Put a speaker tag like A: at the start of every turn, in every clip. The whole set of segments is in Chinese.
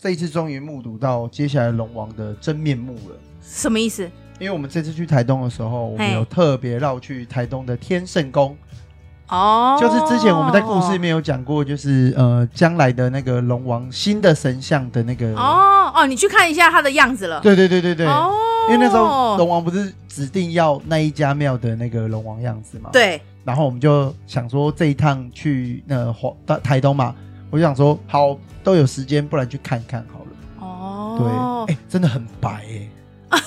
A: 这一次终于目睹到接下来龙王的真面目了。
B: 什么意思？
A: 因为我们这次去台东的时候，我们
B: 嘿
A: 有特别绕去台东的天圣宫，
B: 哦，
A: 就是之前我们在故事里面有讲过，就是呃将来的那个龙王新的神像的那个，
B: 哦哦，你去看一下他的样子了。
A: 对对对对对，
B: 哦，
A: 因为那时候龙王不是指定要那一家庙的那个龙王样子嘛，，
B: 对
A: 然后我们就想说这一趟去那华台台东嘛，我就想说好都有时间，不然去看看好了。对，哎、
B: 哦，
A: 真的很白哎、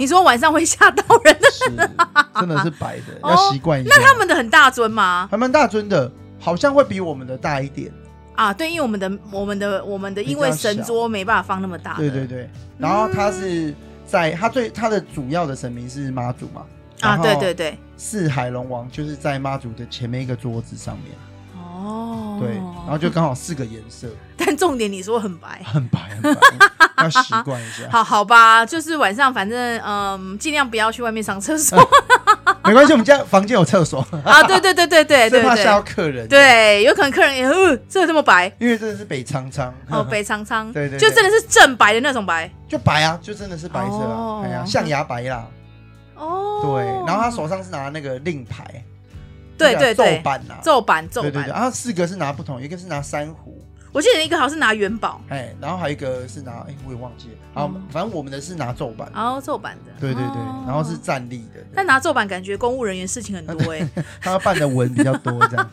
B: 你说晚上会吓到 人，
A: 是，真的是白的，
B: 哦
A: 要习惯一下。
B: 那他们的很大尊吗？
A: 还蛮大尊的，好像会比我们的大一点。
B: 啊，对，因为我们的我们的我们的，
A: 比较
B: 因为神桌没办法放那么大的，
A: 对对对，然后他是在他最他的主要的神明是妈祖嘛，
B: 啊，对对，对，
A: 四海龙王就是在妈祖的前面一个桌子上面，
B: 哦，
A: 对，然后就刚好四个颜色，
B: 但重点你说很 白，
A: 很白很白，要习惯一下。
B: 好好吧，就是晚上反正嗯，尽量不要去外面上厕所
A: 没关系，我们家房间有厕所，
B: 啊，对对对对 对对
A: 最怕吓到
B: 对，
A: 客人。，
B: 对，有可能客人也呃，这这么白
A: 因为真的是北苍苍，
B: 哦，北苍苍，
A: 对对对
B: 就真的是正白的那种白
A: 就白啊，就真的是白色
B: 哦
A: 啦，哎呀，象牙白啦，
B: 哦，
A: 对。然后他手上是拿那个令牌，
B: 对
A: 那个
B: 对对
A: 奏板呐，
B: 奏板奏
A: 对对
B: 板
A: 对，，然后四个是拿不同，一个是拿珊瑚，
B: 我记得一个好像是拿元宝，
A: 哎，然后还有一个是拿，哎，我也忘记了，好，
B: 嗯
A: 反正我们的是拿皱板，
B: 然后奏板的，
A: 对对对
B: 哦，
A: 然后是站立的，
B: 但拿奏板感觉公务人员事情很 多哎、
A: 他办的文比较多 这样，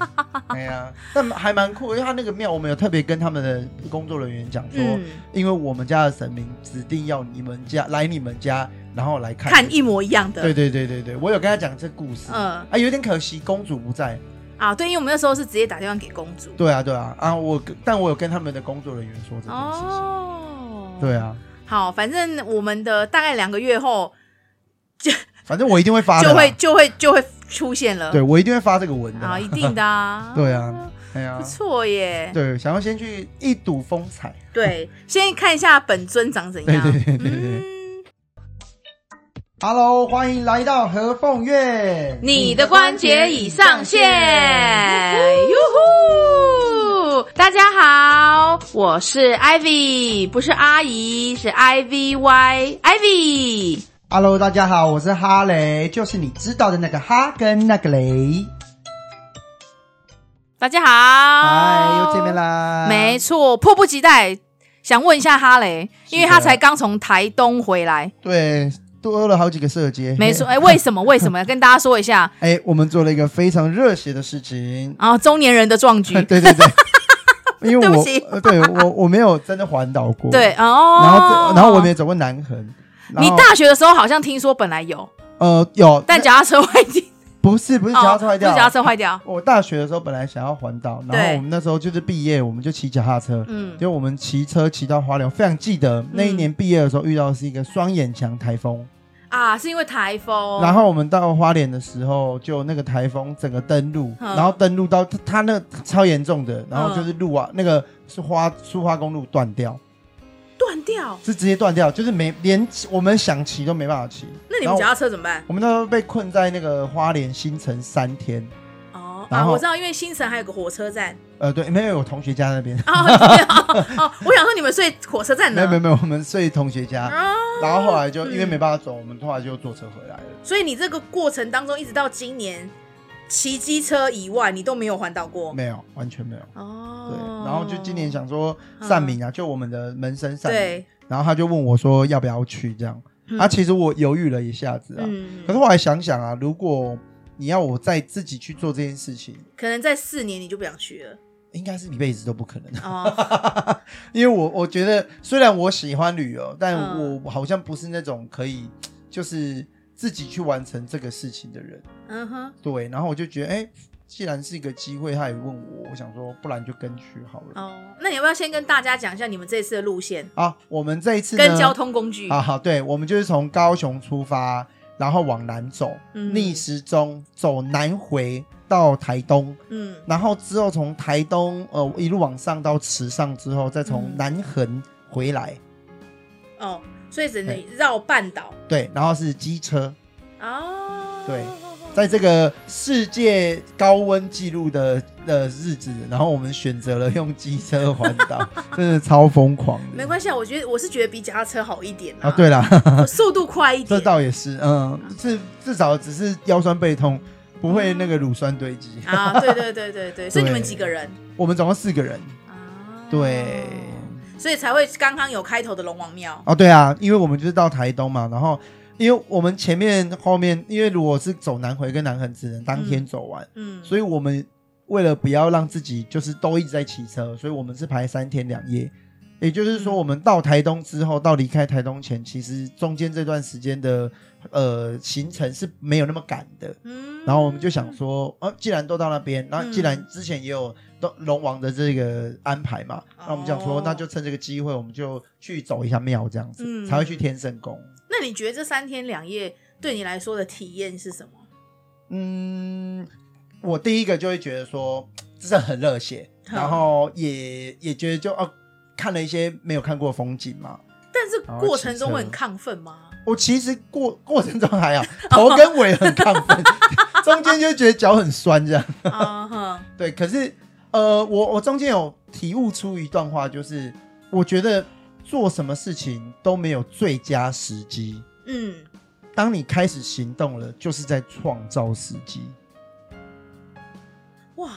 A: 哎呀，但还蛮酷，因为他那个庙，我们有特别跟他们的工作人员讲说，
B: 嗯，
A: 因为我们家的神明指定要你们家来你们家，然后来看，
B: 看一模一样的，
A: 对对对对对，我有跟他讲这故事，
B: 嗯
A: 啊，有点可惜公主不在，
B: 啊，对，因为我们那时候是直接打电话给公主，
A: 对啊对啊，啊我但我有跟他们的工作人员说这件事情，
B: 哦，
A: 对，啊，
B: 好，反正我们的大概两个月后
A: 反正我一定会发的啦，啊
B: 就会就会就会出现了，
A: 对我一定会发这个文的啦。，
B: 啊，一定的啊
A: 对啊，哎呀
B: 不，错耶，
A: 对，想要先去一睹风采。
B: 对，先看一下本尊长怎样，
A: 对对对对对
B: 嗯
A: Hello，欢迎来到和凤月，
B: 你的关节已上线，哟呼！大家好，我是 Ivy，不是阿姨，是 Ivy，Ivy。
A: Hello，大家好，我是哈雷，就是你知道的那个哈跟那个雷。
B: 大家
A: 嗨，
B: 好，
A: 又见面。啦。
B: 哦没错，迫不及待想问一下哈雷，因为他才刚从台东回来。
A: 对，多了好几个色阶。
B: 没错，哎，为什 么？为什么要跟大家说一下
A: 哎、我们做了一个非常热血的事情。
B: 啊？中年人的壮举
A: 对， 对对， 因为
B: 对
A: 我
B: 不起
A: 呃对我我没有真的环岛过，
B: 对，哦。
A: 然后这然后我们也走过南横。然
B: 你
A: 后
B: 大学的时候好像听说本来有，
A: 呃有，
B: 但脚踏车坏掉，
A: 不是不是脚踏车坏掉，
B: 哦不是脚踏车坏掉。
A: 我大学的时候本来想要环岛，然后
B: 对
A: 我们那时候就是毕业，我们就骑脚踏车。
B: 嗯，
A: 就我们骑车骑到花莲，我非常记得那一年毕业的时候遇到的是一个双眼强台风，
B: 啊，是因为台风，
A: 然后我们到花莲的时候，就那个台风整个登陆，
B: 嗯
A: 然后登陆到它它那超严重的，然后就是路啊，那个是花苏花公路断掉，
B: 断掉。
A: 是直接断掉，就是没连我们想骑都没办法骑。
B: 那你
A: 然
B: 们
A: 后
B: 脚踏车怎么办？
A: 我们那时候被困在那个花莲新城三天，
B: 哦，
A: 然
B: 啊，
A: 后
B: 我知道，因为新城还有个火车 站。
A: 呃，对，没有我同学家那边，
B: 啊，对啊哦，我想说你们睡火车站
A: 没
B: 呢
A: 有没。有没有，我们睡同学家，
B: 啊，
A: 然后后来就
B: 嗯
A: 因为没办法走，我们后来就坐车回来了。
B: 所以你这个过程当中，一直到今年，骑机车以外，你都没有环岛过。
A: 没有，完全没有。
B: 哦嗯
A: 对，然后就今年想说善明啊，就我们的门生善明，
B: 对，
A: 然后他就问我说要不要去这样。
B: 嗯
A: 啊，其实我犹豫了一下子啊，
B: 嗯
A: 可，是后来想想啊，如果你要我再自己去做这件事情，
B: 可能在四年你就不想去了。
A: 应该是一辈子都不可能的，
B: 哦，
A: 因为我我觉得虽然我喜欢旅游，但
B: 嗯
A: 我好像不是那种可以就是自己去完成这个事情的人。
B: 嗯哼，
A: 对，然后我就觉得，哎、既然是一个机会，他也问我，我想说，不然就跟去好了。
B: 哦，那你要不要先跟大家讲一下你们这次的路线
A: 好，啊我们这一次呢
B: 跟交通工具？
A: 啊，好，对，我们就是从高雄出发，然后往南走，
B: 嗯
A: 逆时钟走南回到台东，
B: 嗯
A: 然后之后从台东呃一路往上到池上之后，再从
B: 嗯
A: 南横回来，
B: 哦，所以只能绕半岛。
A: 对，然后是机车，
B: 哦，
A: 对在这个世界高温记录的的日子，然后我们选择了用机车环 岛，真的超疯狂的。
C: 没关系啊，我觉得我是觉得比脚踏车好一点
A: 啊，对啦，
C: 速度快一
A: 这
C: 点。
A: 倒也是，嗯，至至少只是腰酸背痛，不会那个乳酸堆积。
C: 啊，对对对对对，所以你们几个人
A: 我们总共四个人，
C: 啊？
A: 对。
C: 所以才会刚刚有开头的龙王庙。
A: 哦，对啊，因为我们就是到台东嘛，然后因为我们前面后面，因为如果是走南回跟南横，只能当天走完，
C: 嗯，
A: 所以我们为了不要让自己就是都一直在骑车，所以我们是排三天两夜。也就是说，我们到台东之后，到离开台东前，其实中间这段时间的呃行程是没有那么赶的。
C: 嗯
A: 然后我们就想说，呃、既然都到那边，然后既然
C: 嗯
A: 之前也有都龙王的这个安排嘛，那、我们想说
C: 哦，
A: 那就趁这个机会，我们就去走一下庙，这样子、
C: 嗯
A: 才会去天圣宫。
C: 那你觉得这三天两夜对你来说的体验是什么？
A: 嗯，我第一个就会觉得说，真的很热血，
C: 嗯
A: 然后也也觉得就哦、看了一些没有看过的风景嘛。
C: 但是
A: 然后
C: 过
A: 骑
C: 程中
A: 车
C: 会很亢奋吗？
A: 我其实过过程中还好，头跟尾很亢奋， 中间就觉得脚很酸这样。
C: 啊哈，
A: 对，可是呃，我我中间有体悟出一段话，就是我觉得做什么事情都没有最佳时机，
C: 嗯，
A: 当你开始行动了，就是在创造时机。
C: 哇，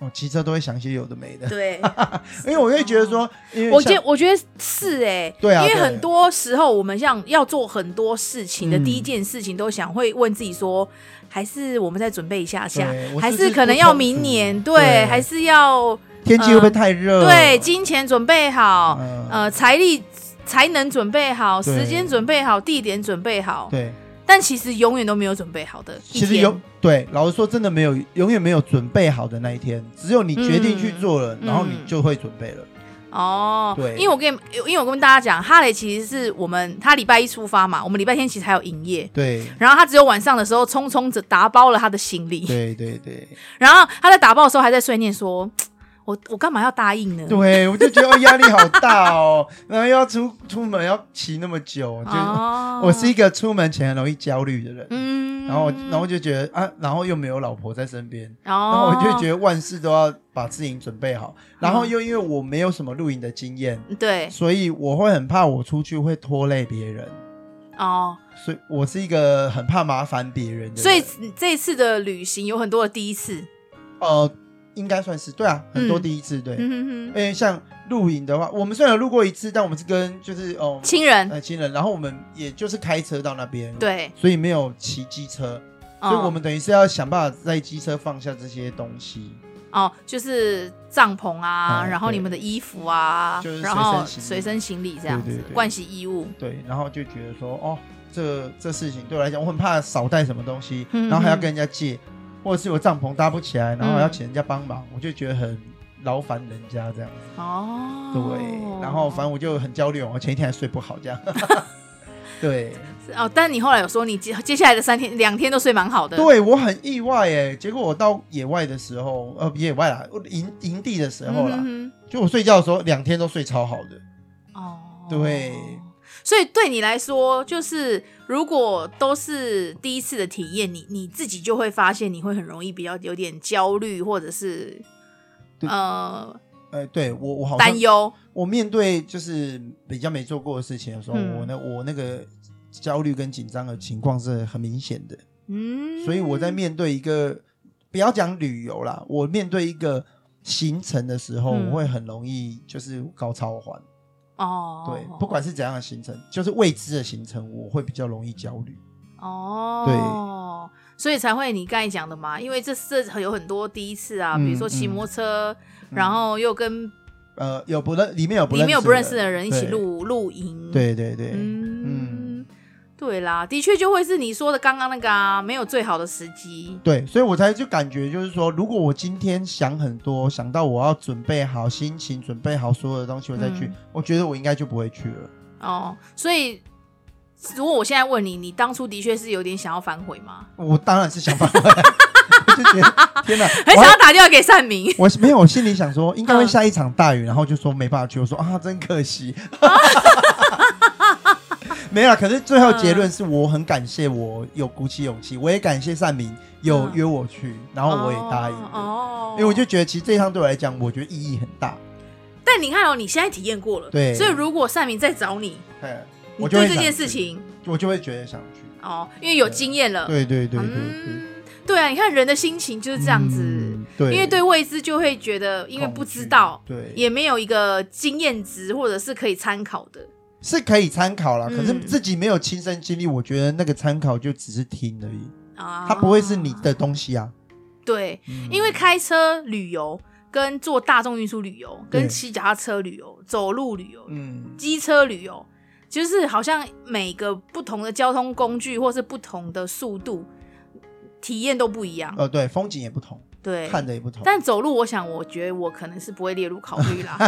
A: 我、骑车都会想一些有的没的，
C: 对，
A: 因为我会觉得说，因为
B: 我
A: 像
B: 觉我觉得是哎、
A: 对啊
B: 因为
A: 对
B: 很多时候我们像要做很多事情的
A: 嗯
B: 第一件事情，都想会问自己说，还是我们再准备一下下
A: 对，我
B: 还
A: 是不是
B: 可能
A: 不
B: 要
A: 冲
B: 明
A: 突
B: 年，
A: 对
B: 对，还是要
A: 天气会不会太热？
B: 呃对金钱准备好，
A: 嗯
B: 呃，财力。才能准备好，
A: 对
B: 时间准备好，地点准备好，
A: 对，
B: 但其实永远都没有准备好的一
A: 其实
B: 天
A: 有对，老实说，真的没有永远没有准备好的那一天，只有你决定去做了，
B: 嗯
A: 然后你就会准备了。
B: 哦，
A: 对
B: 因为我跟你们因为我跟大家讲，哈雷其实是我们他礼拜一出发嘛，我们礼拜天其实还有营业，
A: 对
B: 然后他只有晚上的时候匆匆着打包了他的行李，
A: 对对对
B: 然后他在打包的时候还在碎念说：“嘖我我干嘛要答应呢？”
A: 对，我就觉得哦压力好大哦， 然后又要出出门要骑那么久，就、
B: 哦
A: 我是一个出门前很容易焦虑的人。
B: 嗯
A: 然后，然后就觉得啊，然后又没有老婆在身边，
B: 然
A: 然后
B: 后
A: 我就觉得万事都要把自己准备好。然
B: 嗯
A: 后又因为我没有什么露营的经验，
B: 得对
A: 所以我会很怕我出去会拖累别人，
B: 哦，
A: 所以我是一个很怕麻烦别人的人。
B: 所以这次的旅行有很多的第一次，
A: 呃，应该算是对啊，很多
B: 嗯
A: 第一次对。
B: 嗯
A: 因
B: 哼哼，
A: 为像露营的话，我们虽然有露过一次，但我们是跟就是哦、
B: 亲人
A: 呃亲人，然后我们也就是开车到那边，，
B: 对，
A: 所以没有骑机车，
B: 哦
A: 所以我们等于是要想办法在机车放下这些东西，
B: 哦就是帐篷啊，
A: 嗯
B: 然后你们的衣服啊
A: 就是，
B: 然后
A: 随身行李
B: 随身行李这样
A: 对
B: 子
A: 对，对
B: 盥洗衣物，
A: 对，然后就觉得说哦，这这事情对我来讲，我很怕少带什么东西，
B: 嗯
A: 然后还要跟人家借，或者是我帐篷搭不起来，然后还要请人家帮忙，我就觉得很劳烦人家这样子。
B: 哦，
A: 对，然后反正我就很焦虑，哦我前一天还睡不好这 样。对，
B: 哦，但你后来有说你接接下来的三天两天都睡蛮好的，
A: 对我很意外哎，结果我到野外的时候，呃，不野外啦，我营营地的时
B: 嗯
A: 候
B: 哼
A: 啦，
B: 哼。
A: 就我睡觉的时候，两天都睡超好的。
B: 哦，
A: 对。
B: 所以对你来说，就是如果都是第一次的体验，你你自己就会发现，你会很容易比较有点焦虑，或者是
A: 对
B: 呃
A: 呃，对我我好像
B: 担忧。
A: 我面对就是比较没做过的事情的时候，
B: 嗯
A: 我那我那个焦虑跟紧张的情况是很明显的，
B: 嗯，
A: 所以我在面对一个不要讲旅游啦，我面对一个行程的时候，
B: 嗯
A: 我会很容易就是高超环，
B: 哦，
A: 对，不管是怎样的行程，就是未知的行程，我会比较容易焦虑。
B: 哦，对，所以才会你刚才讲的嘛，因为这这有很多第一次啊，
A: 嗯
B: 比如说骑
A: 嗯
B: 摩托车，然后又跟
A: 呃，有不认里面有不
B: 里
A: 认
B: 面有不认识的人一起
A: 对，
B: 露露营，
A: 对对对，
B: 嗯，对啦，的确就会是你说的刚刚那个啊，没有最好的时机。
A: 对，所以我才就感觉就是说，如果我今天想很多，想到我要准备好心情，准备好所有的东西，我再去，
B: 嗯
A: 我觉得我应该就不会去了。
B: 哦，所以如果我现在问你，你当初的确是有点想要反悔吗？
A: 我当然是想反悔，我就觉得天哪，我，
B: 很想要打电话给善明
A: 我没有，我心里想说应该会下一场大雨，然后就说没办法去，我说啊，真可惜。 没有啦，可是最后结论是我很感谢我有鼓起勇气，我也感谢善明有
B: 嗯
A: 约我去，然后我也答应了，
B: 哦，
A: 因为我就觉得其实这一趟对我来讲，我觉得意义很大，
B: 但你看哦，你现在体验过了，
A: 对
B: 所以如果善明再找你，
A: 对，哎
B: 你
A: 我就会
B: 对这
A: 想
B: 件
A: 去
B: 事，情
A: 我就会觉得想去，
B: 哦，因为有经验了，
A: 对对对对对，
B: 嗯，对啊，你看人的心情就是这样子，
A: 嗯，对，
B: 因为对未知就会觉得，因为不知道，
A: 恐惧对，
B: 也没有一个经验值或者是可以参考的，
A: 是可以参考啦，
B: 嗯
A: 可是自己没有亲身经历，我觉得那个参考就只是听而已，
B: 啊，
A: 它不会是你的东西啊。
B: 对，
A: 嗯
B: 因为开车旅游、跟坐大众运输旅游、
A: 对
B: 跟骑脚踏车旅游、走路旅游、
A: 嗯，
B: 机车旅游，就是好像每个不同的交通工具或是不同的速度，体验都不一样。
A: 哦对，风景也不同，
B: 对，
A: 看的也不同。
B: 但走路，我想我觉得我可能是不会列入考虑 啦。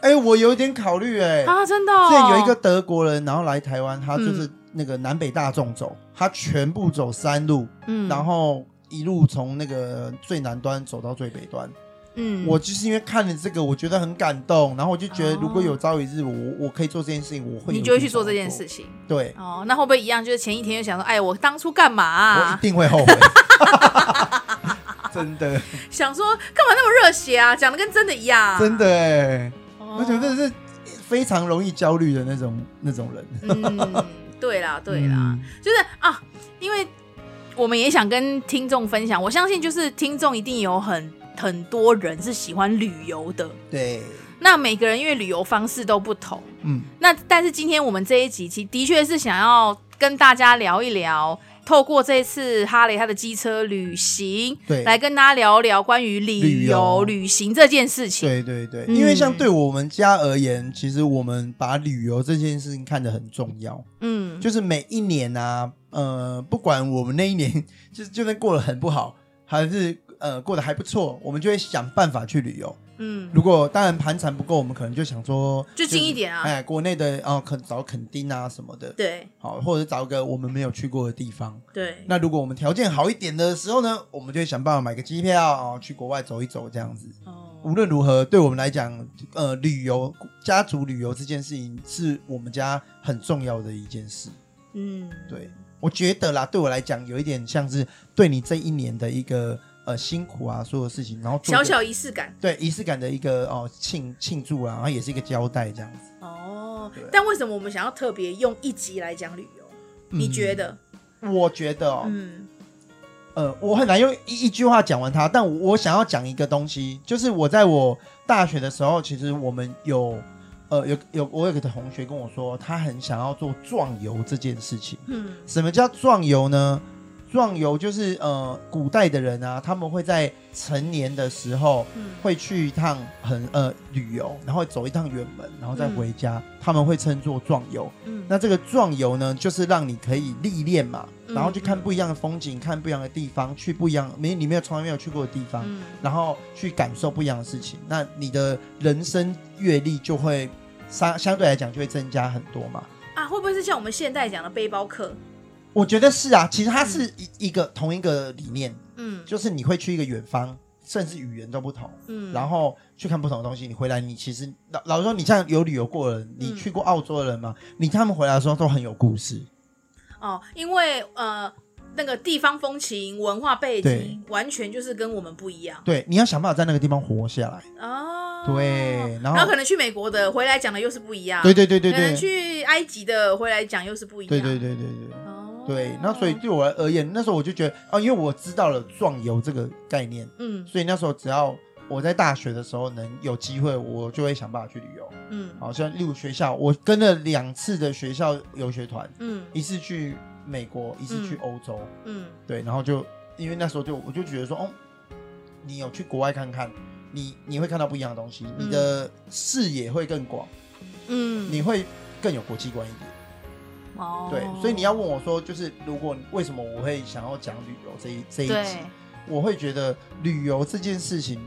A: 哎，我有一点考虑哎，
B: 啊，真的、哦，嗯
A: 之前有一个德国人，然后来台湾，他就是那个南北大众走，他全部走山路，
B: 嗯，
A: 然后一路从那个最南端走到最北端。
B: 嗯，
A: 我就是因为看了这个，我觉得很感动，然后我就觉得
B: 哦
A: 如果有朝一日我我可以做这件事情，我会
B: 你
A: 有
B: 就会
A: 一
B: 去
A: 定
B: 做
A: 想
B: 这
A: 要
B: 件事。情。
A: 对，
B: 哦，那会不会一样？就是前一天就想说，哎，我当初干嘛啊、
A: 我一定会后悔， 真的
B: 想说干嘛那么热血啊？讲的跟真的一样啊、
A: 真的哎，
B: 哦，
A: 我觉得是非常容易焦虑的那种那种人。
B: 嗯，对啦，对啦，
A: 嗯，
B: 就是啊，因为我们也想跟听众分享，我相信就是听众一定有很很多人是喜欢旅游的，
A: 对，
B: 那每个人因为旅游方式都不同，
A: 嗯，
B: 那但是今天我们这一集其实的确是想要跟大家聊一聊。透过这次哈雷他的机车旅行，
A: 对，
B: 来跟大家聊聊关于旅
A: 旅游
B: 游、旅行这件事情。
A: 对对对，
B: 嗯
A: 因为像对我们家而言，其实我们把旅游这件事情看得很重要，
B: 嗯，
A: 就是每一年啊，呃，不管我们那一年就是就算过得很不好，还是呃过得还不错，我们就会想办法去旅游。
B: 嗯，
A: 如果当然盘缠不够，我们可能就想说
B: 就近
A: 是
B: 一点啊
A: 哎，国内的哦，肯找垦丁啊什么的，
B: 对
A: 好，或者找一个我们没有去过的地方。
B: 对，
A: 那如果我们条件好一点的时候呢，我们就会想办法买个机票哦，去国外走一走这样子。
B: 哦
A: 无论如何，对我们来讲，呃，旅游家族旅游这件事情是我们家很重要的一件事。
B: 嗯，
A: 对我觉得啦，对我来讲，有一点像是对你这一年的一个呃辛苦啊，所有事情，然后做一
B: 小
A: 个
B: 小仪式感
A: 对仪式感的一个哦庆庆祝啊，然后也是一个交代这样子。
B: 哦
A: 对。
B: 但为什么我们想要特别用一集来讲旅游？
A: 嗯
B: 你觉得？
A: 我觉得哦，
B: 嗯
A: 呃，我很难用一一句话讲完它，但我我想要讲一个东西，就是我在我大学的时候，其实我们有，呃，有有我有个同学跟我说，他很想要做壮游这件事情。
B: 嗯
A: 什么叫壮游呢？壮游就是呃，古代的人啊，他们会在成年的时候
B: 嗯
A: 会去一趟很呃旅游，然后走一趟远门，然后再回家，他们会称作壮游。
B: 嗯
A: 那这个壮游呢，就是让你可以历练嘛，
B: 嗯
A: 然后去看不一样的风景，看不一样的地方，去不一样没你没有从来没有去过的地方，
B: 嗯
A: 然后去感受不一样的事情，那你的人生阅历就会相相对来讲就会增加很多嘛。
B: 啊，会不会是像我们现代讲的背包客？
A: 我觉得是啊，其实它是一一个同一个理念，
B: 嗯
A: 就是你会去一个远方，甚至语言都不同，
B: 嗯，
A: 然后去看不同的东西。你回来，你其实老老实说，你像有旅游过的人，你
B: 嗯
A: 去过澳洲的人嘛，你他们回来的时候都很有故事。
B: 哦，因为呃。那个地方风情、文化背
A: 对
B: 景，完全就是跟我们不一样
A: 对，你要想办法在那个地方活下来。
B: 哦。
A: 对然
B: 然
A: 后
B: 可能去美国的回来讲的又是不一样，
A: 对对对对
B: 可能
A: 对，
B: 啊去埃及的回来讲又是不一样，
A: 对对对对对
B: 哦，
A: 对。那所以对我而言，那时候我就觉得哦，因为我知道了壮游这个概念，
B: 嗯
A: 所以那时候只要我在大学的时候能有机会，我就会想办法去旅游。
B: 嗯
A: 好像例如学校，我跟了两次的学校游学团，
B: 嗯
A: 一次去美国，一次去欧洲。
B: 嗯
A: 对，然后就因为那时候就我就觉得说，哦，你有去国外看看，你你会看到不一样的东西，你的视野会更广，
B: 嗯，
A: 你会更有国际观一点。
B: 哦，
A: 对，所以你要问我说，就是如果为什么我会想要讲旅游这一这一集
B: 对，，
A: 我会觉得旅游这件事情，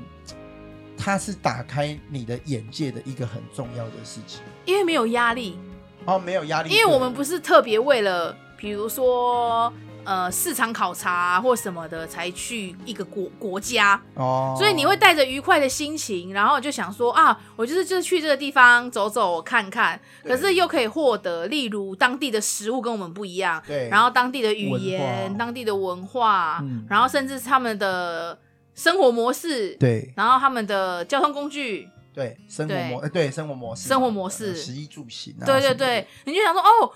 A: 它是打开你的眼界的一个很重要的事情。
B: 因为没有压力，
A: 哦，没有压力，
B: 因为我们
A: 对
B: 不是特别为了，比如说呃市场考察、啊、或什么的才去一个国国家，
A: 哦，
B: 所以你会带着愉快的心情，然后就想说啊，我就是就是去这个地方走走看看，可是又可以获得，例如当地的食物跟我们不一样，
A: 对，
B: 然后当地的语
A: 文
B: 言、
A: 化
B: 当地的文化，
A: 嗯
B: 然后甚至是他们的生活模式，
A: 对
B: 然后他们的交通工具，
A: 对生活
B: 对
A: 模呃对生活模式
B: 生活模式
A: 呃食衣住行啊，
B: 对
A: 什
B: 对
A: 么的
B: 对，你就想说哦，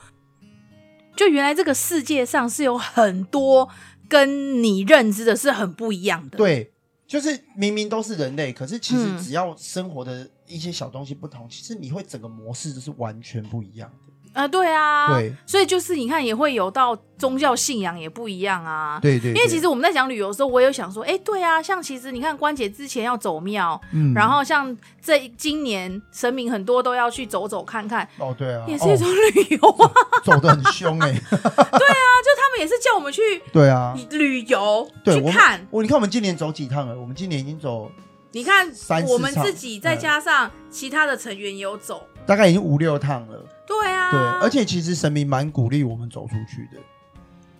B: 就原来这个世界上是有很多跟你认知的是很不一样的，
A: 对，就是明明都是人类，可是其实
B: 嗯
A: 只要生活的一些小东西不同，其实你会整个模式都是完全不一样的。
B: 啊、对啊，
A: 对
B: 所以就是你看也会有到宗教信仰也不一样啊，
A: 对对，
B: 因为其实我们在讲旅游的时候，我也有想说，哎，对啊，像其实你看关姐之前要走庙，
A: 嗯
B: 然后像这今年神明很多都要去走走看看，
A: 哦对啊，
B: 也是一种
A: 哦、
B: 旅游啊，
A: 走的很凶 哎、
B: 就他们也是叫我们去
A: 对啊，
B: 旅游
A: 对
B: 去
A: 我们
B: 看。
A: 我你看我们今年走几趟了？我们今年已经走
B: 你看
A: 三，四
B: 我们
A: 场
B: 自己再
A: 嗯
B: 加上其他的成员也有走，
A: 大概已经五六趟了，
B: 对啊，
A: 对，而且其实神明蛮鼓励我们走出去的，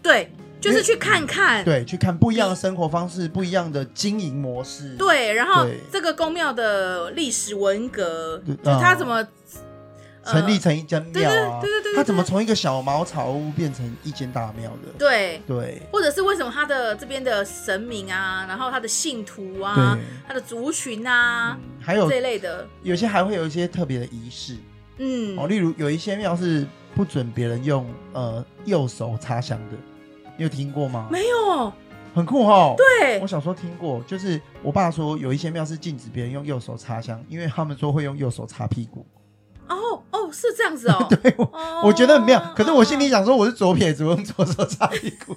B: 对，就
A: 因
B: 是
A: 为
B: 去看看，
A: 哎对，去看不一样的生活方式，不一样的经营模式，
B: 对然后
A: 对
B: 这个宫庙的历史文革，
A: 对
B: 就它
A: 嗯
B: 怎么
A: 成立
B: 呃
A: 成一间庙啊，
B: 对对对对对
A: 它怎么从一个小茅草屋变成一间大庙的？
B: 对，
A: 对
B: 或者是为什么他的这边的神明啊，然后他的信徒
A: 对
B: 啊，他的族群啊、
A: 嗯还有
B: 这一类的，
A: 有些还会有一些特别的仪式
B: 嗯，
A: 哦，例如有一些庙是不准别人用呃右手插香的，你有听过吗？
B: 没有，
A: 很酷哦。
B: 对
A: 我，小时候听过，就是我爸说有一些庙是禁止别人用右手插香，因为他们说会用右手插屁股。
B: 哦哦，是这样子哦，
A: 对我
B: 哦
A: 我觉得很妙，可是我心里想说我是左撇子，我用左手擦屁 股。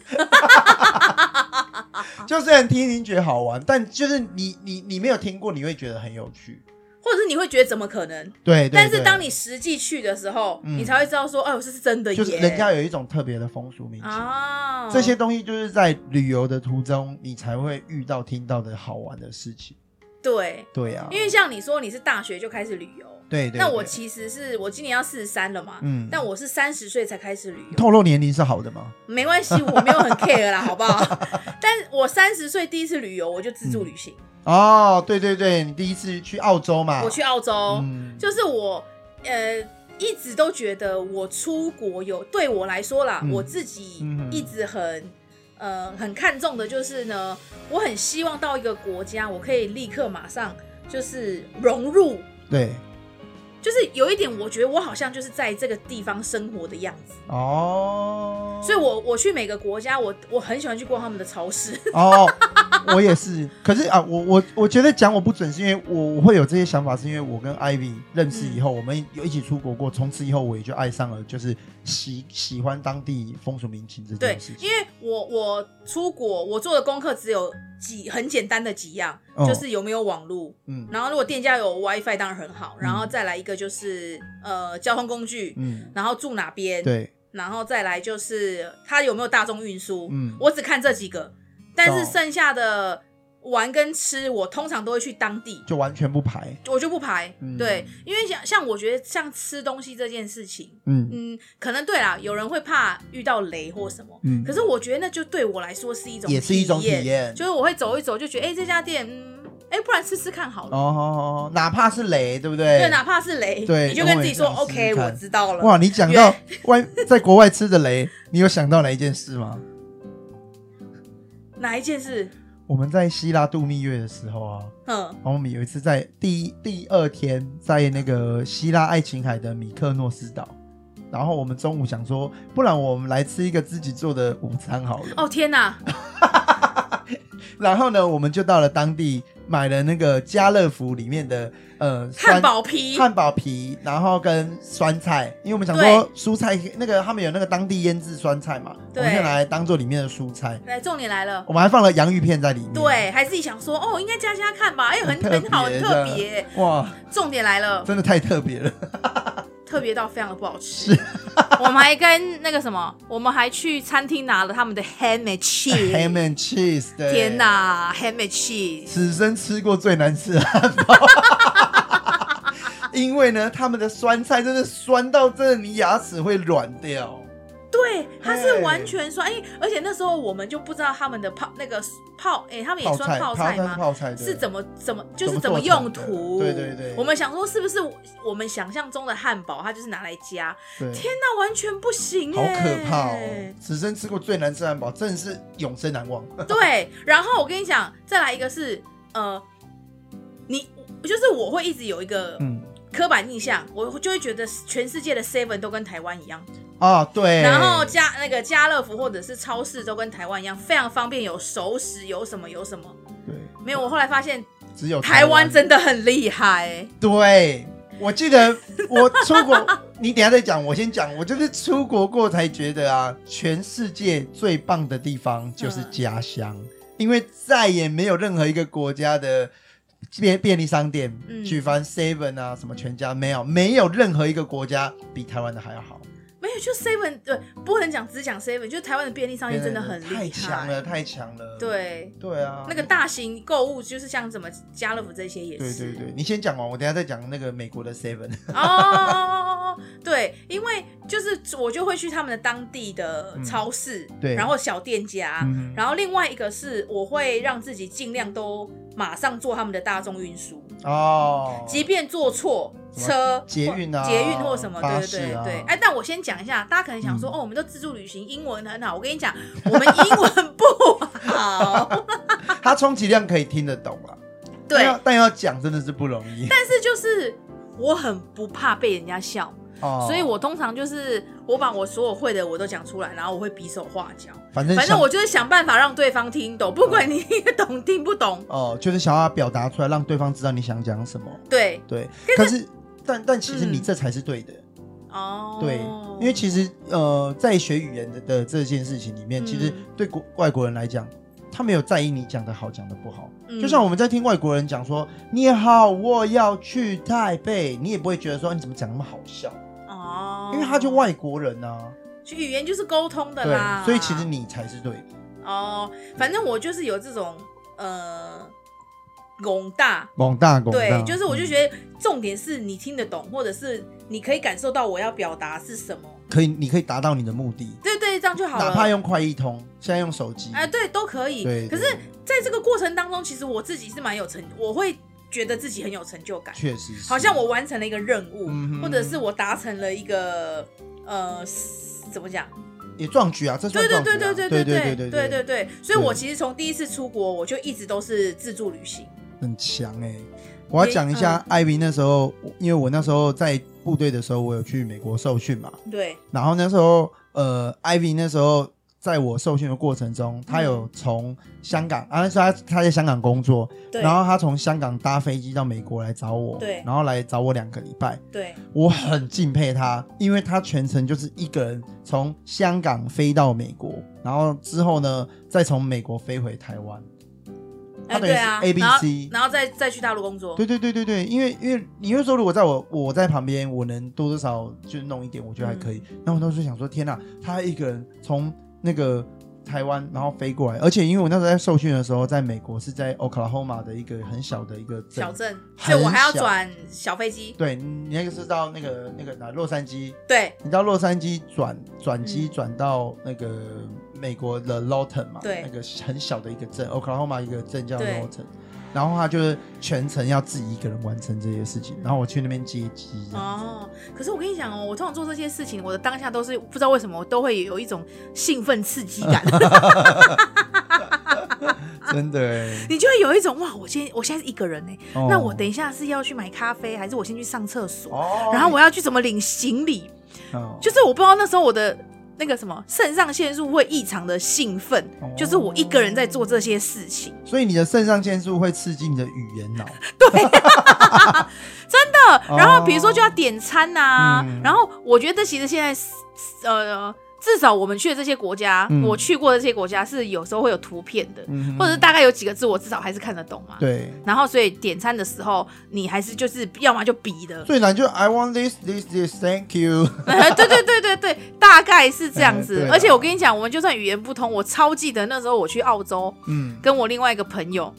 A: 就虽然听您觉得好玩，但就是你你你没有听过，你会觉得很有趣。
B: 或者是你会觉得怎么可能？
A: 对，对
B: 但是当
A: 你
B: 你实际去的时候，
A: 嗯
B: 你才会知道说，哦，这是真的耶，哦
A: 就是人家有一种特别的风俗民情，
B: 啊，
A: 这些东西就是在旅游的途中你才会遇到、听到的好玩的事情。
B: 对，
A: 对啊，
B: 因为像你说你是大学就开始旅游，
A: 对对
B: 那我
A: 对
B: 其实是我今年要四十三了嘛，
A: 嗯
B: 但我是三十岁才开始旅游，
A: 透露年龄是好的吗？
B: 没关系，我没有很 care 啦，好不 好？但我三十岁第一次旅游，我就自助旅行，
A: 哦，对对对，你第一次去澳洲嘛？
B: 我去澳洲，
A: 嗯
B: 就是我呃一直都觉得我出国有对我来说啦，
A: 嗯
B: 我自己
A: 嗯哼
B: 一直很。呃，很看重的就是呢，我很希望到一个国家，我可以立刻马上就是融入
A: 对
B: 就是有一点，我觉得我好像就是在这个地方生活的样子，
A: 哦，
B: 所以我我去每个国家，我我很喜欢去逛他们的超市。
A: 哦，我也是。可是啊，我我我觉得讲我不准，是因为我我会有这些想法，是因为我跟 Ivy 认识以后，我们有一起出国过，从此以后我也就爱上了，就是喜喜欢当地风俗民情这
B: 对
A: 件事，情
B: 因。为我我出国，我做的功课只有几很简单的几样，
A: 哦
B: 就是有没有网络，
A: 嗯
B: 然后如果店家有 WiFi 当然很好，然后再来一个就是呃交通工具，
A: 嗯，
B: 然后住哪边，
A: 对，
B: 然后再来就是它有没有大众运输。
A: 嗯哦
B: 我只看这几个，但是
A: 懂
B: 剩下的玩跟吃，我通常都会去当地。
A: 就完全不排。
B: 我就不排，
A: 嗯
B: 对，因为像像我觉得像吃东西这件事情，
A: 嗯
B: 嗯，可能对啦，有人会怕遇到雷或什么，
A: 嗯，
B: 可是我觉得那就对我来说是一种
A: 也是一种体
B: 验，
A: 验。
B: 就是我会走一走就觉得，哎、这家店，嗯，哎、不然吃吃看好了，
A: 哦好好好哪怕是雷，对不对？
B: 对，哪怕是雷，
A: 对
B: 你就跟自己说
A: 我也想
B: ，OK，
A: 试试看
B: 我知道了，
A: 哇，你讲到外在国外吃的雷，你有想到哪一件事吗？
B: 哪一件事？
A: 我们在希腊度蜜月的时候啊，
B: 嗯，
A: 然后我们有一次在第一第二天在那个希腊爱琴海的米克诺斯岛，然后我们中午想说，不然我们来吃一个自己做的午餐好了。
B: 哦天哪，
A: 然后呢，我们就到了当地买了那个家乐福里面的呃酸
B: 汉堡皮，
A: 汉堡皮，然后跟酸菜，因为我们想说蔬菜那个他们有那个当地腌制酸菜嘛，我
B: 对
A: 们就拿来当做里面的蔬菜。
B: 来，重点来了。
A: 我们还放了洋芋片在里面。
B: 对，还自己想说哦，应该加加看吧，哎、很
A: 特别
B: 很好，很特
A: 的
B: 别。
A: 哇，
B: 重点来了，
A: 真的太特别了。
B: 特别到非常的不好吃。 我们还跟那个什么，我们还去餐厅拿了他们的 ham and
A: Ham
B: cheese。
A: and cheese，对
B: 天哪，ham and cheese！
A: 此生吃过最难吃的汉 堡，因为呢，他们的酸菜真的酸到真的你牙齿会软掉。
B: 对对，他是
A: 嘿
B: 完全酸，哎、而且那时候我们就不知道他们的泡那个泡，哎、他们也
A: 泡
B: 算
A: 菜，
B: 泡
A: 它
B: 菜
A: 跟
B: 吗？
A: 泡菜对
B: 是怎么怎么就是
A: 怎
B: 怎
A: 么
B: 么
A: 做成
B: 用
A: 的
B: 途？
A: 对对对
B: 我们想说是不是我们想象中的汉堡，它就是拿来加？
A: 对
B: 天哪，完全不行、
A: 好
B: 哎，
A: 可怕哦！此生吃过最难吃的汉堡，真的是永生难忘。
B: 对，然后我跟你讲，再来一个是呃，你就是我会一直有一个
A: 嗯
B: 刻板印象，我就会觉得全世界的 Seven 都跟台湾一样，
A: 啊，对，
B: 然后家那个家乐福或者是超市都跟台湾一样，非常方便，有熟食，有什么有什么。
A: 对，
B: 没有，我后来发现
A: 只有
B: 台
A: 哦湾
B: 湾真的很厉害、哎
A: 对，我记得我出国，你等一下再讲，我先讲。我就是出国过才觉得啊，全世界最棒的地方就是家乡，
B: 嗯
A: 因为再也没有任何一个国家的。便便利商店，
B: 嗯
A: 举凡 Seven 啊，什么全家没有，没有任何一个国家比台湾的还要好。
B: 没有，就 Seven 对，不能讲只讲 Seven，就是台湾的便利商店啊真的很厉害，
A: 太强了，太强了。
B: 对，
A: 对啊，
B: 那个大型购物就是像什么家乐福这些也
A: 对对
B: 是。
A: 对，你先讲完，我等一下再讲那个美国的 Seven。
B: 哦，对，因为就是我就会去他们的当地的超市，
A: 嗯对
B: 然后小店家，
A: 嗯
B: 啊然后另外一个是我会让自己尽量都马上坐他们的大众运输，
A: 哦，
B: 即便坐错
A: 什么
B: 车、
A: 捷
B: 或
A: 运啊
B: 捷运或什么，
A: 巴
B: 对
A: 士
B: 对对
A: 啊
B: 对。哎，但我先讲一下，大家可能想说，
A: 嗯
B: 哦，我们都自助旅行，英文很好。我跟你讲，我们英文不 好，
A: 它充其量可以听得懂啊啦。
B: 对
A: 但，要但要讲真的是不容易。
B: 但是就是我很不怕被人家笑。
A: 哦
B: 所以我通常就是我把我所有会的我都讲出来，然后我会比手画脚，
A: 反正
B: 反正
A: 想
B: 我就是想办法让对方听懂，不管你听得懂听 不懂。
A: 哦，就是想要表达出来，让对方知道你想讲什么。
B: 对，
A: 对，可是但但其实你
B: 嗯
A: 这才是对的。
B: 哦，
A: 对，因为其实呃，在学语言的的这件事情里面，
B: 嗯
A: 其实对国外国人来讲，他没有在意你讲的好讲的不好。
B: 嗯
A: 就像我们在听外国人讲说“你好，我要去台北”，你也不会觉得说你怎么讲那么好笑，
B: 哦，
A: 因为他就外国人啊。
B: 语言就是沟通的啦，
A: 对，所以其实你才是对的。
B: 哦，反正我就是有这种呃拱大，
A: 广大嗯广大，
B: 对，就是我就觉得重点是你听得懂，或者是你可以感受到我要表达是什么，
A: 可以，你可以达到你的目的，
B: 对对，这样就好了。
A: 哪怕用快译通，现在用手机，
B: 哎，对，都可以。
A: 对
B: 可是
A: 对
B: 在这个过程当中，其实我自己是蛮有成，我会觉得自己很有成就感，
A: 确实是
B: 好像我完成了一个任务，
A: 嗯哼
B: 或者是我达成了一个呃，是怎么讲？
A: 也壮举啊，这算
B: 对对
A: 壮举
B: 对
A: 啊对
B: 对对
A: 对
B: 对
A: 对
B: 对对。所以我
A: 对
B: 其实从第一次出国，我就一直都是自助旅行。
A: 很强哎、我要讲一下
B: 嗯
A: 艾比那时候，因为我那时候在部队的时候，我有去美国受训嘛，
B: 对，
A: 然后那时候呃，艾比那时候。在我受训的过程中，他
B: 嗯
A: 有从香港，啊，那时候他他在香港工作，
B: 对
A: 然后他从香港搭飞机到美国来找我，
B: 对
A: 然后来找我两个礼拜，
B: 对，
A: 我很敬佩他，因为他全程就是一个人从香港飞到美国，然后之后呢，再从美国飞回台湾。他
B: 哎，
A: 等于
B: 对
A: 是
B: 啊
A: A B
B: 然后
A: C
B: 然后再再去大陆工作。
A: 对对对对对，因为因为你会说，如果在我我在旁边，我能多多少少就弄一点，我觉得还可以。然后我当时想说，天哪、他一个人从那个台湾然后飞过来，而且因为我那时候在受训的时候，在美国是在 Oklahoma 的一个很小的一个镇
B: 小镇，
A: 很
B: 所以我还要
A: 小
B: 转小飞机。
A: 对你那个是到那个那个哪洛杉矶
B: 对
A: 你到洛杉矶转转机
B: 嗯
A: 转到那个美国的 Lawton 嘛，
B: 对
A: 那个很小的一个镇，Oklahoma 一个镇叫
B: 对
A: Lawton，然后他就是全程要自己一个人完成这些事情，然后我去那边接机这样子，
B: 哦，可是我跟你讲哦，我通常做这些事情，我的当下都是不知道为什么，我都会有一种兴奋刺激 感，哦
A: 真的欸，
B: 你就会有一种哇，我今天我现在是一个人哎、
A: 哦
B: 那我等一下是要去买咖啡，还是我先去上厕所，
A: 哦，
B: 然后我要去怎么领行李？
A: 哦
B: 就是我不知道那时候我的那个什么肾上腺素会异常的兴奋，
A: 哦
B: 就是我一个人在做这些事情，
A: 所以你的肾上腺素会刺激你的语言 脑，哦
B: 呃然后比如说就要点餐呐、
A: 嗯
B: 然后我觉得其实现在呃。至少我们去的这些国家，
A: 嗯
B: 我去过的这些国家是有时候会有图片的，
A: 嗯哼
B: 或者是大概有几个字，我至少还是看得懂嘛。。
A: 对。
B: 然后，所以点餐的时候，你还是就是要么就比的，
A: 最难就是 I want this, this, this, thank you。
B: 对对对对对，大概是这样
A: 哎对
B: 子。
A: 啦
B: 而且我跟你讲，我们就算语言不通，我超记得那时候我去澳洲，
A: 嗯，
B: 跟我另外一个朋友，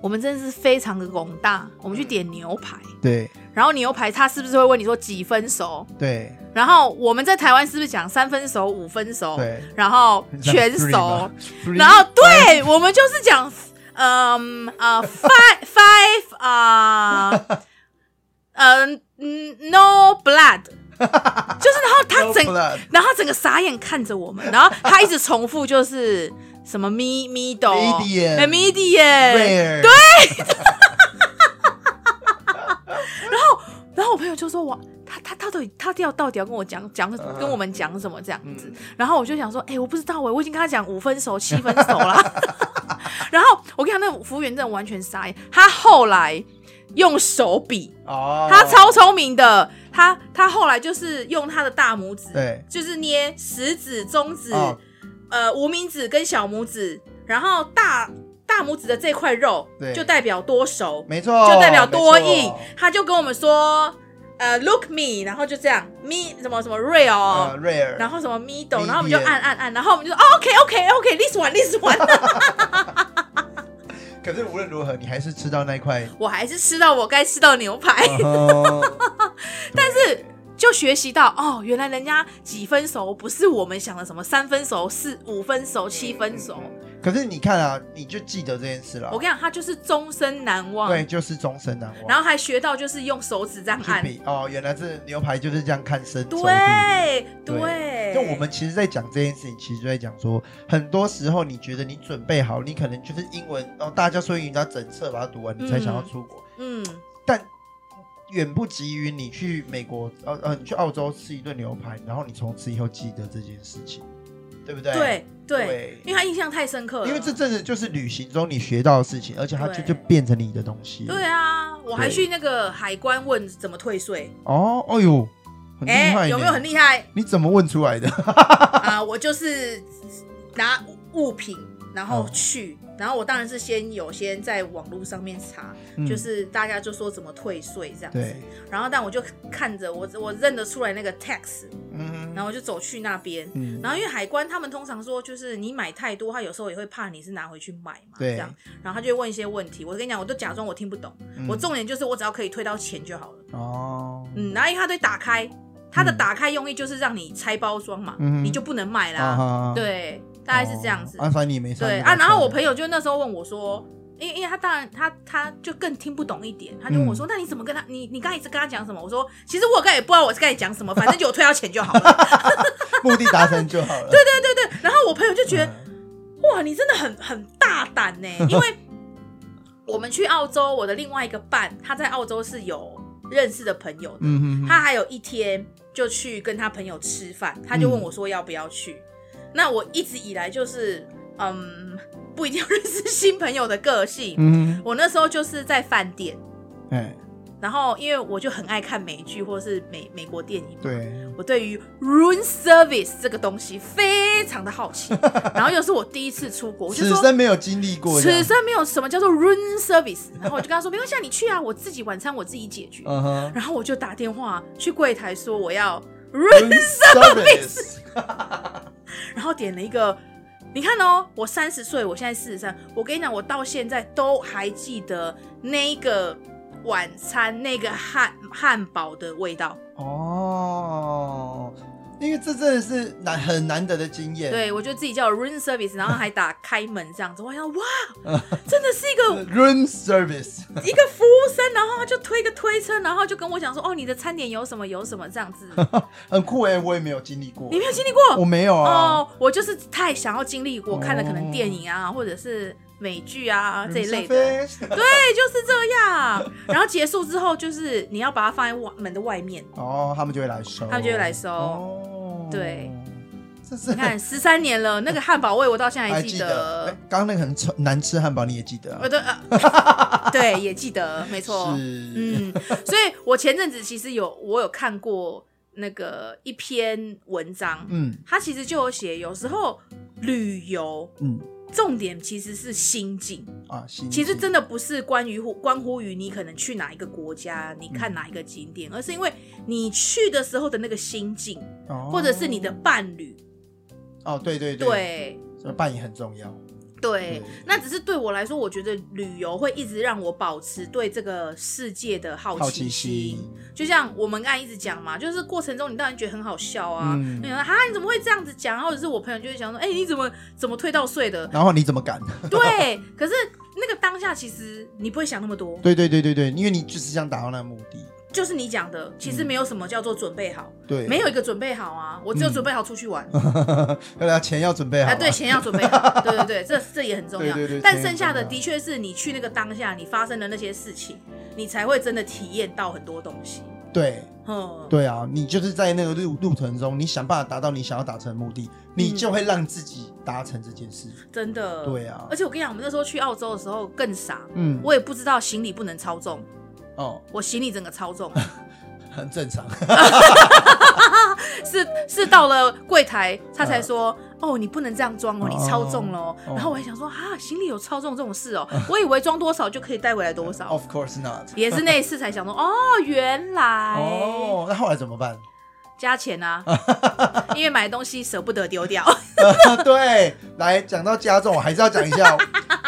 B: 我们真的是非常的广大，我
A: 嗯
B: 们去点牛排，
A: 对
B: 然后牛排他是不是会问你说几分熟？
A: 对
B: 然后我们在台湾是不是讲三分熟、五分熟，
A: 对，
B: 然后
A: 很像
B: 全
A: free
B: 熟
A: 嘛，，free
B: 然后对我们就是讲，嗯呃 five five 啊、呃，嗯、嗯 no blood，就是然后他
A: No
B: 整
A: blood
B: 然后他整个傻眼看着我们，然后他一直重复就是什么 me middle
A: Medium
B: m e d i a
A: rare 对
B: 然后我朋友就说哇，他他他到底他要到底要跟我讲讲
A: 嗯
B: 跟我们讲什么这样子？
A: 嗯
B: 然后我就想说，哎、我不知道哎、我已经跟他讲五分熟、七分熟啦。 然后我跟你讲，那服务员真的完全傻眼，他后来用手比，
A: 哦，
B: 他超聪明的，他他后来就是用他的大拇指，
A: 对
B: 就是捏食指、中指、
A: 哦
B: 呃无名指跟小拇指，然后大大拇指的这块肉
A: 对
B: 就代表多熟，
A: 没错，
B: 就代表多
A: 没
B: 硬
A: 错。
B: 他就跟我们说，呃，look me，然后就这样，me 什么什么 real，、
A: 呃，rare，
B: 哦然
A: 后
B: 后什么 middle，
A: Medium
B: 然后我们就按按按，然后我们就说、哦、OK OK OK this one this one，
A: 可是无论如何，你还是吃到那一块，嗯
B: 我还是吃到我该吃到牛排，
A: 啊但是
B: 就学习到哦，原来人家几分熟不是我们想的什么三分熟、四五分熟、 七分
A: 嗯
B: 熟。
A: 可是你看啊，你就记得这件事了
B: 我跟，你讲，他就是终身难忘。
A: 嗯对，就是终身难忘。
B: 然后还学到就是用手指这样
A: 去
B: 按，
A: 比哦，原来这牛排就是这样看深熟度
B: 对
A: 对
B: 对，
A: 就我们其实，在讲这件事情，其实就在讲说，很多时候你觉得你准备好，你可能就是英文，然、后大家说英语，你要整册把它读完，你才想要出国，
B: 嗯，
A: 但远不及于你去美国，呃呃，你去澳洲吃一顿牛排，然后你从此以后记得这件事情，对不对？
B: 对对，
A: 对
B: 因为他印象太深刻了，
A: 因为这真的就是旅行中你学到的事情，而且它就
B: 对
A: 就变成你的东西。
B: 对啊，我还
A: 对
B: 去那个海关问怎么退税，
A: 哦，哎呦，很厉
B: 哎、
A: 害、
B: 有没有很？厉害
A: 你怎么问出来的？
B: 啊、我就是拿物品，然后
A: 哦
B: 去，然后我当然是先有先在网络上面查，就是大家就说怎么退税这样
A: 嗯
B: 子
A: 对，，
B: 然后但我就看着我我认得出来那个 tax，
A: 嗯，
B: 然后我就走去那边。
A: 嗯
B: 然后因为海关他们通常说，就是你买太多，他有时候也会怕你是拿回去卖嘛，
A: 对
B: 这样，然后他就会问一些问题。我跟你讲，我都假装我听不懂，
A: 嗯
B: 我重点就是我只要可以退到钱就好了。
A: 哦，
B: 嗯，然后因为它对打开，它的
A: 嗯
B: 打开用意就是让你拆包装嘛，
A: 嗯哼
B: 你就不能卖啦。
A: 啊，
B: 对，大概是这样子。
A: 哦啊，反正你没上
B: 对
A: 那个
B: 啊，然后我
A: 课
B: 朋友就那时候问我说，因为因为他当然他他就更听不懂一点，他就
A: 嗯
B: 问我说，那你怎么跟他你你刚才一直跟他讲什么？我说其实我刚才也不知道我跟你讲什么，反正就我退到钱就 好了。
A: 目的达成就好了。对对，
B: 然后我朋友就觉得
A: 嗯
B: 哇，你真的很很大胆 呢，因为我们去澳洲，我的另外一个伴他在澳洲是有认识的朋友的，
A: 嗯嗯，
B: 他还有一天就去跟他朋友吃饭，他就问我说要不要去。
A: 嗯
B: 那我一直以来就是，嗯，不一定要认识新朋友的个性。
A: 嗯，
B: 我那时候就是在饭店，
A: 哎，
B: 然后因为我就很爱看美剧或是美美国电影，
A: 对，
B: 我对于 room service 这个东西非常的 好奇。然后又是我第一次出国，我就
A: 此
B: 说。
A: 生没有经历过这
B: 此
A: 样，
B: 生没有什么叫做 room service，然后我就跟他说没关系啊，你去啊，我自己晚餐我自己解决。
A: 嗯哼
B: 然后我就打电话去柜台说我要 room，
A: ，service，
B: 然后点了一个。你看哦，我三十岁，我现在四十三。我跟你讲，我到现在都还记得那一个晚餐那个汉汉堡的味道。
A: 哦，因为这真的是难很难得的经验，
B: 对，我就自己叫 room service，然后还打开门这样子。我想，哇，真的是 一个
A: ，room service，
B: 一个服务生，然后他就推个推车，然后就跟我讲说，哦，你的餐点有什么有什么这样子。
A: 很酷哎，我也没有经历过
B: 你，没有经历过？
A: 我没有啊
B: 哦，我就是太想要经历过，看了可能电影啊，或者是美剧啊
A: 嗯
B: 这一类的。
A: 的，
B: 对，就是这样。然后结束之后，就是你要把它放在外门的外面。
A: 哦，他们就会来收，
B: 他们就会来收
A: 哦
B: 对，
A: 这是
B: 你看，十三年了，那个汉堡味我到现在还
A: 还
B: 记
A: 记
B: 得
A: 得，哎。刚刚那个很臭难吃汉堡你也记得啊
B: 我，的、呃、对，也记得，没错。
A: 是，
B: 嗯，所以我前阵子其实有我有看过那个一篇文章，
A: 嗯
B: 它其实就有写，有时候旅游
A: 嗯
B: 重点其实是心境。
A: 啊，行
B: 其实
A: 行
B: 真的不是关于乎关乎于你可能去哪一个国家，你看哪一个景点，而是因为你去的时候的那个心境，
A: 哦
B: 或者是你的伴侣，
A: 哦，对对，嗯
B: 对
A: 所以扮演很重要。
B: 对
A: 对，
B: 那只是对我来说，我觉得旅游会一直让我保持对这个世界的好
A: 好
B: 奇
A: 奇
B: 心
A: 心。，
B: 就像我们刚才一直讲嘛，就是过程中你当然觉得很好笑啊，
A: 嗯
B: 你说啊你怎么会这样子讲？或者是我朋友就会想说，哎、你怎么怎么推到睡的？
A: 然后你怎么敢？
B: 对，可是那个当下其实你不会想那么多，
A: 对对对对对，因为你就是想达到那个目的。
B: 就是你讲的，其实没有什么叫做准备好，
A: 对，
B: 没有一个准备好啊，我只有准备好出去玩。
A: 对啊，钱要准备好嗯
B: 哎，
A: 啊。
B: 对，钱要准备 好，对对对，这这也很重要。
A: 对对对
B: 但
A: 钱也
B: 剩下的
A: 重要
B: 的确是你去那个当下，你发生的那些事情，你才会真的体验到很多东西。
A: 对
B: 嗯，
A: 对啊，你就是在那个路路程中，你想办法达到你想要达成的目的，你就会让自己达成这件事。
B: 真的。
A: 对啊
B: 而且我跟你讲，我们那时候去澳洲的时候更傻，
A: 嗯，
B: 我也不知道行李不能超重，
A: 哦，
B: 我行李整个超重，
A: 很正常。
B: 是是到了柜台他才说。哦，你不能这样装哦，
A: 嗯哦
B: 你超重了哦。
A: 哦
B: 然后我还想说啊，行李有超重这种事哦，我以为装多少就可以带回来多 少，
A: of course not。
B: 也是那一次才想说，哦，原来
A: 哦，那后来怎么办？
B: 加钱啊，因为买东西舍不得丢掉。
A: 啊对，来讲到加重，我还是要讲一 下。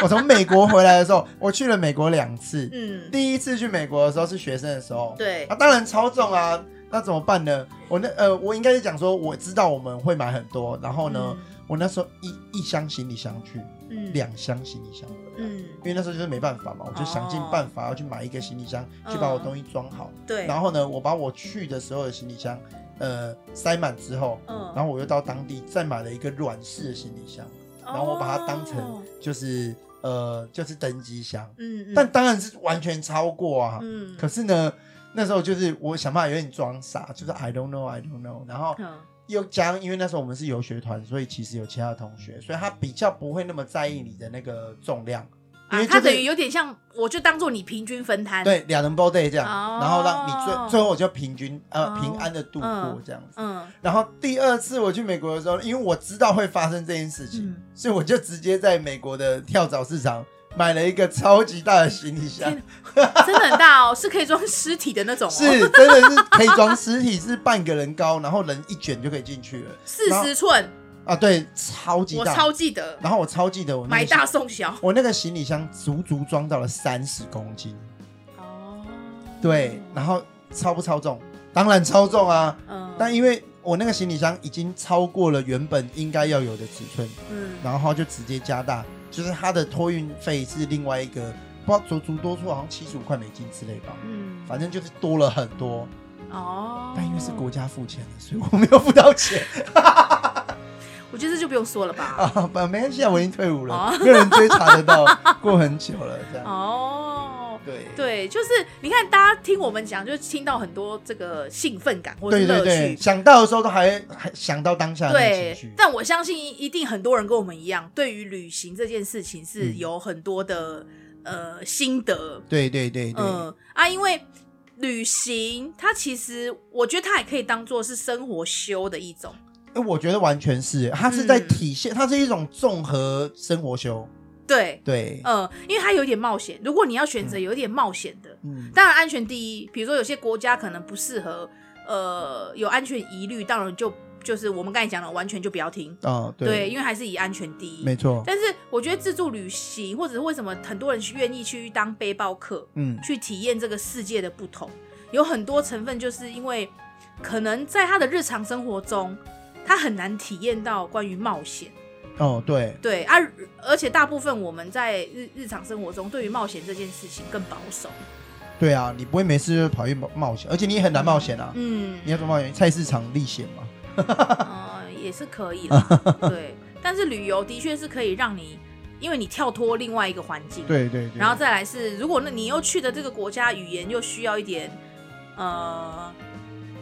A: 我从美国回来的时候，我去了美国两次。
B: 嗯，
A: 第一次去美国的时候是学生的时候，
B: 对
A: 啊，当然超重啊，那怎么办呢？我那呃，我应该是讲说，我知道我们会买很多，然后呢，我那时候一一箱行李箱去，
B: 嗯，嗯
A: 两箱行李箱回来，
B: 嗯，
A: 因为那时候就是没办法嘛，我就想尽办法要去买一个行李箱，
B: 哦
A: 去把我东西装好，
B: 对，
A: 然后呢，我把我去的时候的行李箱，呃，塞满之后，
B: 嗯
A: 然后我又到当地再买了一个软式的行李箱，然后我把它当成
B: 哦
A: 就是呃就是登机箱，
B: 嗯，嗯
A: 但当然是完全超过啊，
B: 嗯
A: 可是呢。那时候就是我想办法有点装傻，就是 I don't know I don't know，然后
B: 嗯
A: 又加上，因为那时候我们是游学团，所以其实有其他的同学，所以他比较不会那么在意你的那个重量，因
B: 啊，
A: 为
B: 它
A: 就
B: 等于
A: 是、
B: 有点像，我就当做你平均分摊。，
A: 对两人包 day 这样，
B: 哦
A: 然后让你最最后我就平均呃、
B: 哦
A: 平安的度过
B: 嗯
A: 这样子。
B: 嗯
A: 然后第二次我去美国的时候，因为我知道会发生这件事情，
B: 嗯，
A: 所以我就直接在美国的跳蚤市场买了一个超级大的行李箱
B: 天， 真的很大哦，是可以装尸体的那种哦，
A: 是真的是可以装尸体，是半个人高，然后人一卷就可以进去了
B: 四十寸，
A: 啊！对，超级
B: 我
A: 大。
B: 超记得
A: 然后我超记得我那个
B: 买
A: 行
B: 大送小。
A: 我那个行李箱足足装到了三十公斤，
B: 哦，
A: 对，然后超不超重？当然超重啊！
B: 嗯，
A: 但因为我那个行李箱已经超过了原本应该要有的尺寸，
B: 嗯
A: 然后就直接加大，就是它的托运费是另外一个，不知道足足多出好像七十五块美金之类吧，
B: 嗯，
A: 反正就是多了很多。
B: 哦，
A: 但因为是国家付钱的，所以我没有付到钱
B: 我觉得这就不用说了吧。
A: 啊，不，没关系啊，我已经退伍了
B: 哦，
A: 没有人追查得到，过很久了这样。
B: 哦，
A: 对
B: 对，就是你看，大家听我们讲，就听到很多这个兴奋感或是
A: 对
B: 乐
A: 对
B: 趣。
A: 对，想到的时候都还还想到当下的那个情
B: 对
A: 绪。
B: 但我相信一定很多人跟我们一样，对于旅行这件事情是
A: 嗯
B: 有很多的、呃心得。
A: 对对对对，
B: 嗯、啊，因为旅行它其实我觉得它也可以当做是生活修的一种。
A: 哎我觉得完全是，它是在
B: 嗯
A: 体现，它是一种综合生活修。
B: 对，
A: 对，
B: 呃，因为它有点冒险。如果你要选择有点冒险的，
A: 嗯，
B: 当然安全第一。比如说有些国家可能不适合，呃，有安全疑虑，当然就就是我们刚才讲的，完全就不要听。
A: 哦，
B: 对，
A: 对，
B: 因为还是以安全第一。
A: 没错，
B: 但是我觉得自助旅行，或者是为什么很多人愿意去当背包客，
A: 嗯，
B: 去体验这个世界的不同，有很多成分，就是因为可能在他的日常生活中，他很难体验到关于冒险。
A: 哦，对，
B: 对啊，而且大部分我们在日日常生活中，对于冒险这件事情更保守。
A: 对啊，你不会没事就跑去冒冒险，而且你也很难冒险啊。
B: 嗯，
A: 你要怎么冒险？菜市场历险嘛。
B: 呃，也是可以啦。 对，但是旅游的确是可以让你，因为你跳脱另外一个环境。
A: 对对对。
B: 然后再来是，如果那你又去的这个国家语言又需要一点，呃，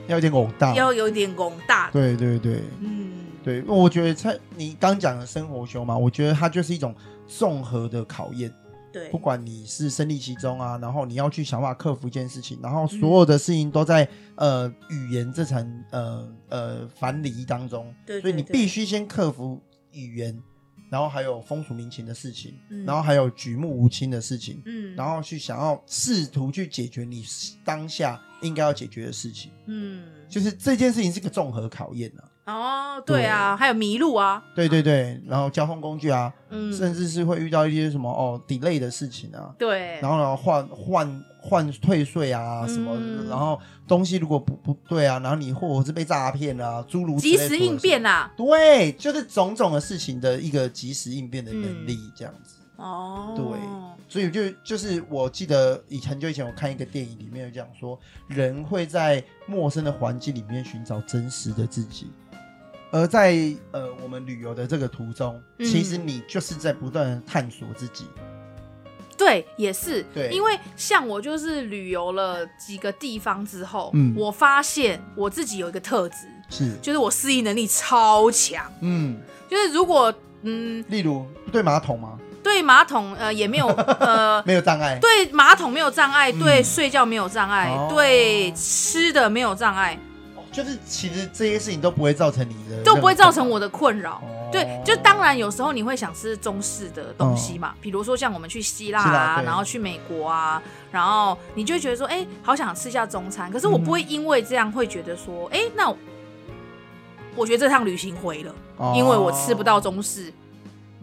A: 要有点偶大。
B: 要有一点宏大，
A: 啊对对对
B: 嗯，
A: 对，我觉得菜你刚讲的生活修嘛，我觉得它就是一种综合的考验。
B: 对
A: 不，管你是身临其中啊，然后你要去想办法克服一件事情，然后
B: 嗯
A: 所有的事情都在、呃语言这层呃呃樊篱当中，
B: 对对
A: 所以你
B: 对
A: 必须先克服语言，然后还有风俗民情的事情，
B: 嗯
A: 然后还有举目无亲的事情，
B: 嗯，
A: 然后去想要试图去解决你当下应该要解决的事情，
B: 嗯，
A: 就是这件事情是个综合考验啊。
B: 哦，对啊，还有迷路啊，
A: 对对对，然后交通工具啊，
B: 嗯，
A: 甚至是会遇到一些什么哦 delay 的事情啊，
B: 对，
A: 然后然后换换换退税啊什么，
B: 嗯
A: 然后东西如果不不对啊，然后你或者是被诈骗啊，诸如此类
B: 及
A: 的
B: 时应变啊啦。
A: 对，就是种种的事情的一个及时应变的
B: 嗯
A: 能力，这样子。
B: 哦，
A: 对所以就就是我记得以很久以前我看一个电影，里面有讲说，人会在陌生的环境里面寻找真实的自己。而在呃我们旅游的这个途中，
B: 嗯
A: 其实你就是在不断的探索自己。
B: 对，也是，
A: 对
B: 因为像我就是旅游了几个地方之后，
A: 嗯
B: 我发现我自己有一个特质，
A: 是，
B: 就是我适应能力超强，
A: 嗯，
B: 就是如果嗯
A: 例如对马桶吗？
B: 对马桶呃也没有 呃
A: 没有障碍。
B: 对马桶没有障碍，
A: 嗯
B: 对睡觉没有障碍，
A: 哦
B: 对吃的没有障碍，
A: 就是其实这些事情都不会造成你的，
B: 都不会造成我的困扰。
A: 哦嗯
B: 对，就当然有时候你会想吃中式的东西嘛，比如说像我们去希腊
A: 希腊
B: 啊，
A: 对
B: 然后去美国啊，然后你就会觉得说，哎、好想吃一下中餐。可是我
A: 嗯
B: 不会因为这样会觉得说，哎、那我我觉得这趟旅行毁了，
A: 哦
B: 因为我吃不到。中式。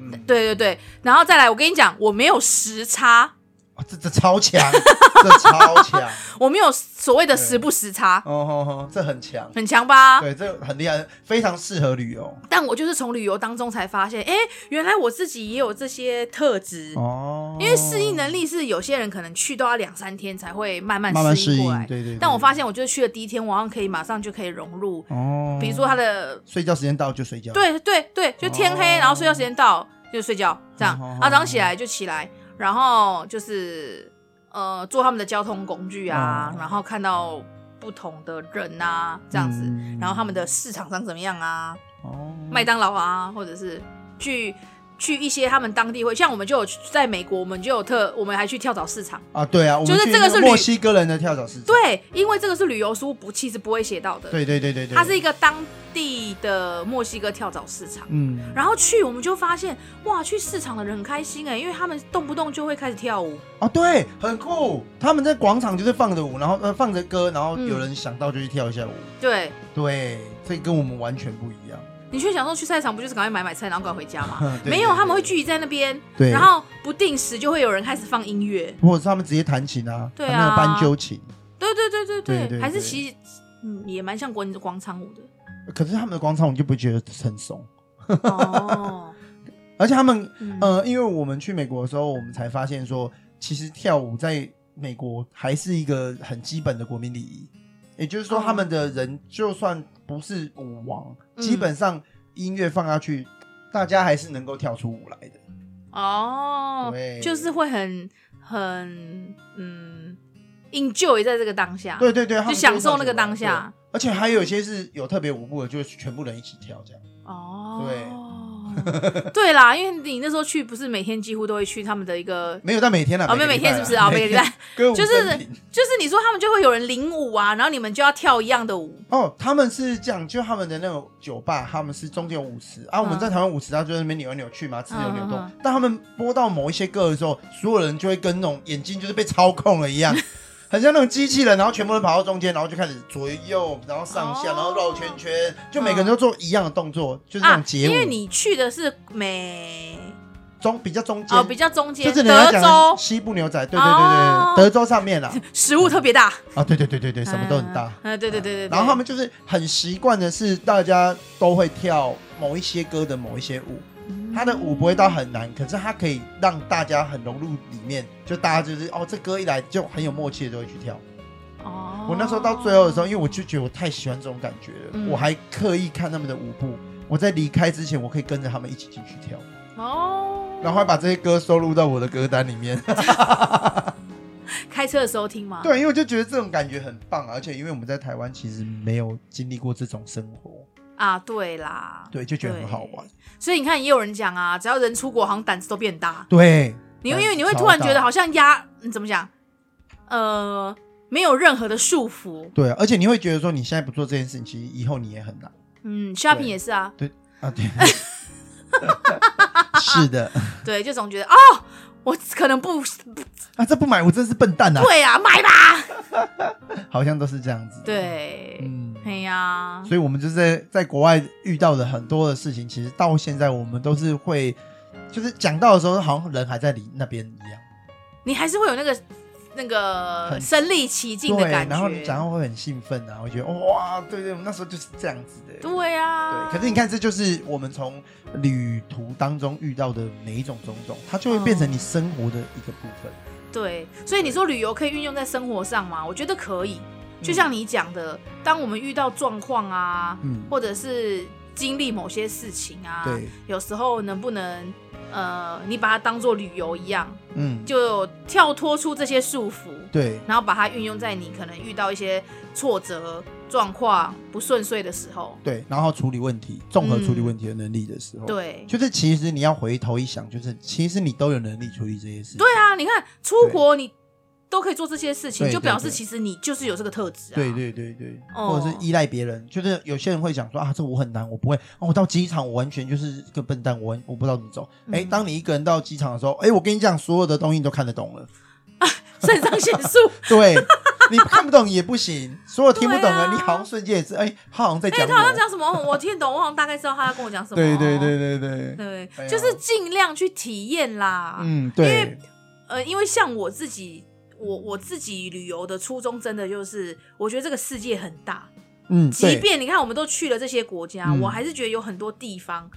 A: 嗯
B: 对对对，然后再来，我跟你讲，我没有时差，
A: 哦这这超强，这超 强，
B: 我没有所谓的时不时差，
A: 哦吼吼，这很强，
B: 很强吧？
A: 对，这很厉害，非常适合旅游。
B: 但我就是从旅游当中才发现，哎、原来我自己也有这些特质。
A: 哦，
B: 因为适应能力是有些人可能去都要两三天才会慢慢
A: 慢慢
B: 适
A: 适
B: 应过
A: 应
B: 来，，
A: 对对对。
B: 但我发现我就是去了第一天，我好像可以马上就可以融入，
A: 哦，
B: 比如说他的
A: 睡觉时间到就睡觉，
B: 对对对，就天黑，
A: 哦
B: 然后睡觉时间到就睡觉，这样，
A: 好好好
B: 然后早上起来就起来，然后就是呃坐他们的交通工具啊，
A: 哦
B: 然后看到不同的人啊，这样子，
A: 嗯
B: 然后他们的市场上怎么样啊，
A: 哦，
B: 麦当劳啊，或者是去。去一些他们当地会，像我们就有去在美国，我们就有特，我们还去跳蚤市场。
A: 啊，对啊，我们
B: 就是
A: 去
B: 这个
A: 那
B: 是旅
A: 墨西哥人的跳蚤市场，
B: 对，因为这个是旅游书不其实不会写到的，
A: 对对对对对，
B: 它是一个当地的墨西哥跳蚤市场。
A: 嗯，
B: 然后去我们就发现，哇，去市场的人很开心哎、因为他们动不动就会开始跳舞。
A: 哦对，很酷，他们在广场就是放着舞，然后呃放着歌，然后有人想到就去跳一下舞，
B: 对
A: 对，这跟我们完全不一样，
B: 你去想说去菜场不就是赶快买买菜然后赶快回家吗？
A: 对对
B: 没有，
A: 对
B: 他们会聚集在那边，
A: 对，
B: 然后不定时就会有人开始放音乐。
A: 或者是他们直接弹琴啊，
B: 对
A: 弹那
B: 啊
A: 个斑鸠琴，
B: 对对对对对，
A: 对对
B: 还是
A: 对
B: 其实嗯也蛮像广广场舞的。
A: 可是他们的广场舞就不会觉得很怂，
B: 哦，
A: 而且他们
B: 嗯
A: 呃，因为我们去美国的时候，我们才发现说，其实跳舞在美国还是一个很基本的国民礼仪。也就是说，
B: 哦
A: 他们的人就算不是舞王，
B: 嗯
A: 基本上音乐放下去，大家还是能够跳出舞来的。
B: 哦，
A: 对
B: 就是会很很嗯 enjoy 在这个当下。
A: 对对对，他们
B: 啊就享
A: 会
B: 受
A: 跳
B: 那
A: 起
B: 个
A: 舞
B: 当下。
A: 对而且还有一些是有特别舞步的，就是全部人一起跳这样。
B: 哦，对，啦，因为你那时候去不是每天几乎都会去他们的一个，
A: 没有到每天了，
B: 哦，没有每天是不是 啊？每个礼 拜
A: 跟舞
B: 就是
A: 生平
B: 就是你说他们就会有人领舞啊，然后你们就要跳一样的舞，
A: 哦，他们是这样，就他们的那种酒吧，他们是中间有舞池啊。我们在台湾舞池，他就在那边扭来扭去嘛，自由扭动。
B: 嗯嗯
A: 但他们播到某一些歌的时候，所有人就会跟那种眼睛就是被操控了一 样，很像那种机器人，然后全部人跑到中间，然后就开始左右，然后上下，
B: 哦
A: 然后绕圈圈，就每个人都做一样的动作，就是那
B: 啊
A: 种，街舞。
B: 因为你去的是美
A: 中比较中间
B: 哦，比较中间，
A: 就是人
B: 德
A: 家讲的
B: 州
A: 西部牛仔，对对对对，
B: 哦
A: 德州上面啦，
B: 食物特别大，
A: 啊，对对对对对，什么都很大。
B: 嗯，嗯对对对对，对
A: 然后他们就是很习惯的是，大家都会跳某一些歌的某一些舞，
B: 嗯
A: 他的舞不会到很难，可是他可以让大家很融入里面，就大家就是哦，这歌一来就很有默契的都会去跳。
B: 哦，
A: 我那时候到最后的时候，因为我就觉得我太喜欢这种感觉了，
B: 嗯
A: 我还刻意看他们的舞步，我在离开之前，我可以跟着他们一起进去跳，
B: 哦，
A: 然后还把这些歌收录到我的歌单里 面。
B: 开车的时候听嘛，
A: 对，因为我就觉得这种感觉很棒，啊而且因为我们在台湾其实没有经历过这种生活，
B: 啊，对啦，
A: 对，就觉得很好玩。
B: 所以你看也有人讲啊，只要人出国，好像胆子都变大，
A: 对，
B: 你因
A: 胆
B: 为
A: 子
B: 你会
A: 超
B: 突然
A: 大
B: 觉得好像压，嗯怎么讲？呃，没有任何的束缚。
A: 对，而且你会觉得说，你现在不做这件事情，其实以后你也很难
B: 嗯，shopping
A: 对
B: 也是啊，
A: 啊。 对，是的
B: 对，就总觉得哦，我可能不
A: 啊，这不买我真是笨蛋啊！
B: 对啊，买吧。
A: 好像都是这样子。，
B: 对，
A: 嗯，
B: 嘿呀，
A: 所以我们就是在在国外遇到的很多的事情，其实到现在我们都是会，就是讲到的时候，好像人还在里那边一样。
B: 你还是会有那个那个
A: 很
B: 身临其境的
A: 对，
B: 感觉。
A: 然后你讲到会很兴奋啊，会觉得哇，对对，我们那时候就是这样子的。
B: 对啊，
A: 对，可是你看，这就是我们从旅途当中遇到的每一种种种，它就会变成你生活的一个部分。
B: 对，所以你说旅游可以运用在生活上吗？我觉得可以。就像你讲的，当我们遇到状况啊，
A: 嗯，
B: 或者是经历某些事情啊，
A: 对，
B: 有时候能不能呃，你把它当做旅游一样，
A: 嗯，
B: 就跳脱出这些束缚，
A: 对，
B: 然后把它运用在你可能遇到一些挫折、状况不顺遂的时候。
A: 对，然后处理问题，综合处理问题的能力的时候，，
B: 对，
A: 就是其实你要回头一想，就是其实你都有能力处理这些事情。
B: 对啊，你看出国你都可以做这些事情，
A: 对
B: 就表示
A: 对对
B: 其实你就是有这个特质啊。
A: 对 对对对，
B: 哦
A: 或者是依赖别人，就是有些人会讲说啊，这我很难，我不会。啊、我到机场，我完全就是个笨蛋，我完我不知道怎么走。哎、当你一个人到机场的时候，哎，我跟你讲，所有的东西你都看得懂了，
B: 肾上腺素，
A: 对你看不懂也不行，所有听不懂的，
B: 对啊
A: 你好像瞬间也是，哎，他好像在
B: 哎、
A: 讲我。
B: 他好像讲什么，啊我听得懂，我好像大概知道他要跟我讲什么。
A: 对对对对对，
B: 对，
A: 哎呀
B: 就是尽量去体验啦。
A: 嗯，
B: 因
A: 对
B: 为，呃，因为像我自己，我我自己旅游的初衷真的就是，我觉得这个世界很大，
A: 嗯，
B: 即
A: 对
B: 便你看我们都去了这些国家，
A: 嗯
B: 我还是觉得有很多地方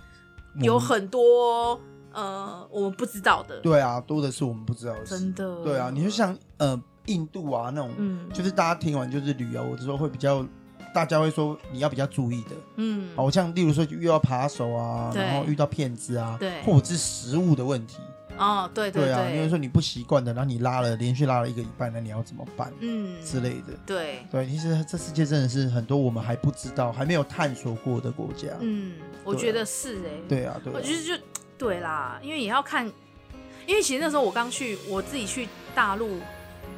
A: 我
B: 有
A: 们
B: 很多呃我们不知道的，
A: 对啊，多的是我们不知道的事。
B: 真的。
A: 对啊，你就像呃印度啊那种，
B: 嗯
A: 就是大家听完就是旅游的时候会比较，大家会说你要比较注意的。
B: 嗯，
A: 好像例如说遇到扒手啊，
B: 对
A: 然后遇到骗子啊，
B: 对
A: 或者是食物的问题，
B: 哦，对
A: 对啊，
B: 对，
A: 例如说你不习惯的，然后你拉了连续拉了一个礼拜，那你要怎么办
B: 嗯，
A: 之类的？
B: 对，
A: 对，其实这世界真的是很多我们还不知道、还没有探索过的国家。
B: 嗯，我
A: 对啊
B: 觉得是哎、
A: 对啊，对
B: 我
A: 啊，
B: 就是就对啦，因为也要看，因为其实那时候我刚去我自己去大陆大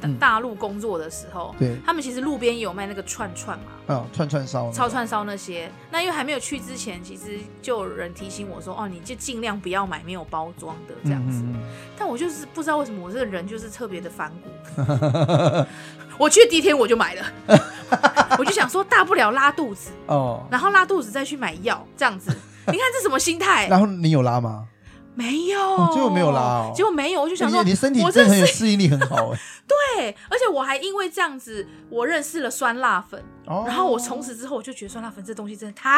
A: 嗯
B: 大陆工作的时候，
A: 对
B: 他们其实路边也有卖那个串串嘛，
A: 啊，串串烧那
B: 超
A: 种，
B: 串烧那些。那因为还没有去之前，其实就有人提醒我说，哦，你就尽量不要买没有包装的这样子。
A: 嗯嗯嗯
B: 但我就是不知道为什么我这个人就是特别的反骨， 我去第一天我就买了，我就想说大不了拉肚子，
A: 哦，
B: 然后拉肚子再去买药这样子。你看这什么心态？
A: 然后你有拉吗？
B: 没有，
A: 哦结果没有拉哦
B: 结果没有，我就想说
A: 你你身体
B: 我
A: 真的
B: 这
A: 很有
B: 是
A: 适应力很好哎。
B: 对，而且我还因为这样子，我认识了酸辣粉，
A: 哦
B: 然后我从此之后我就觉得酸辣粉这东西真的太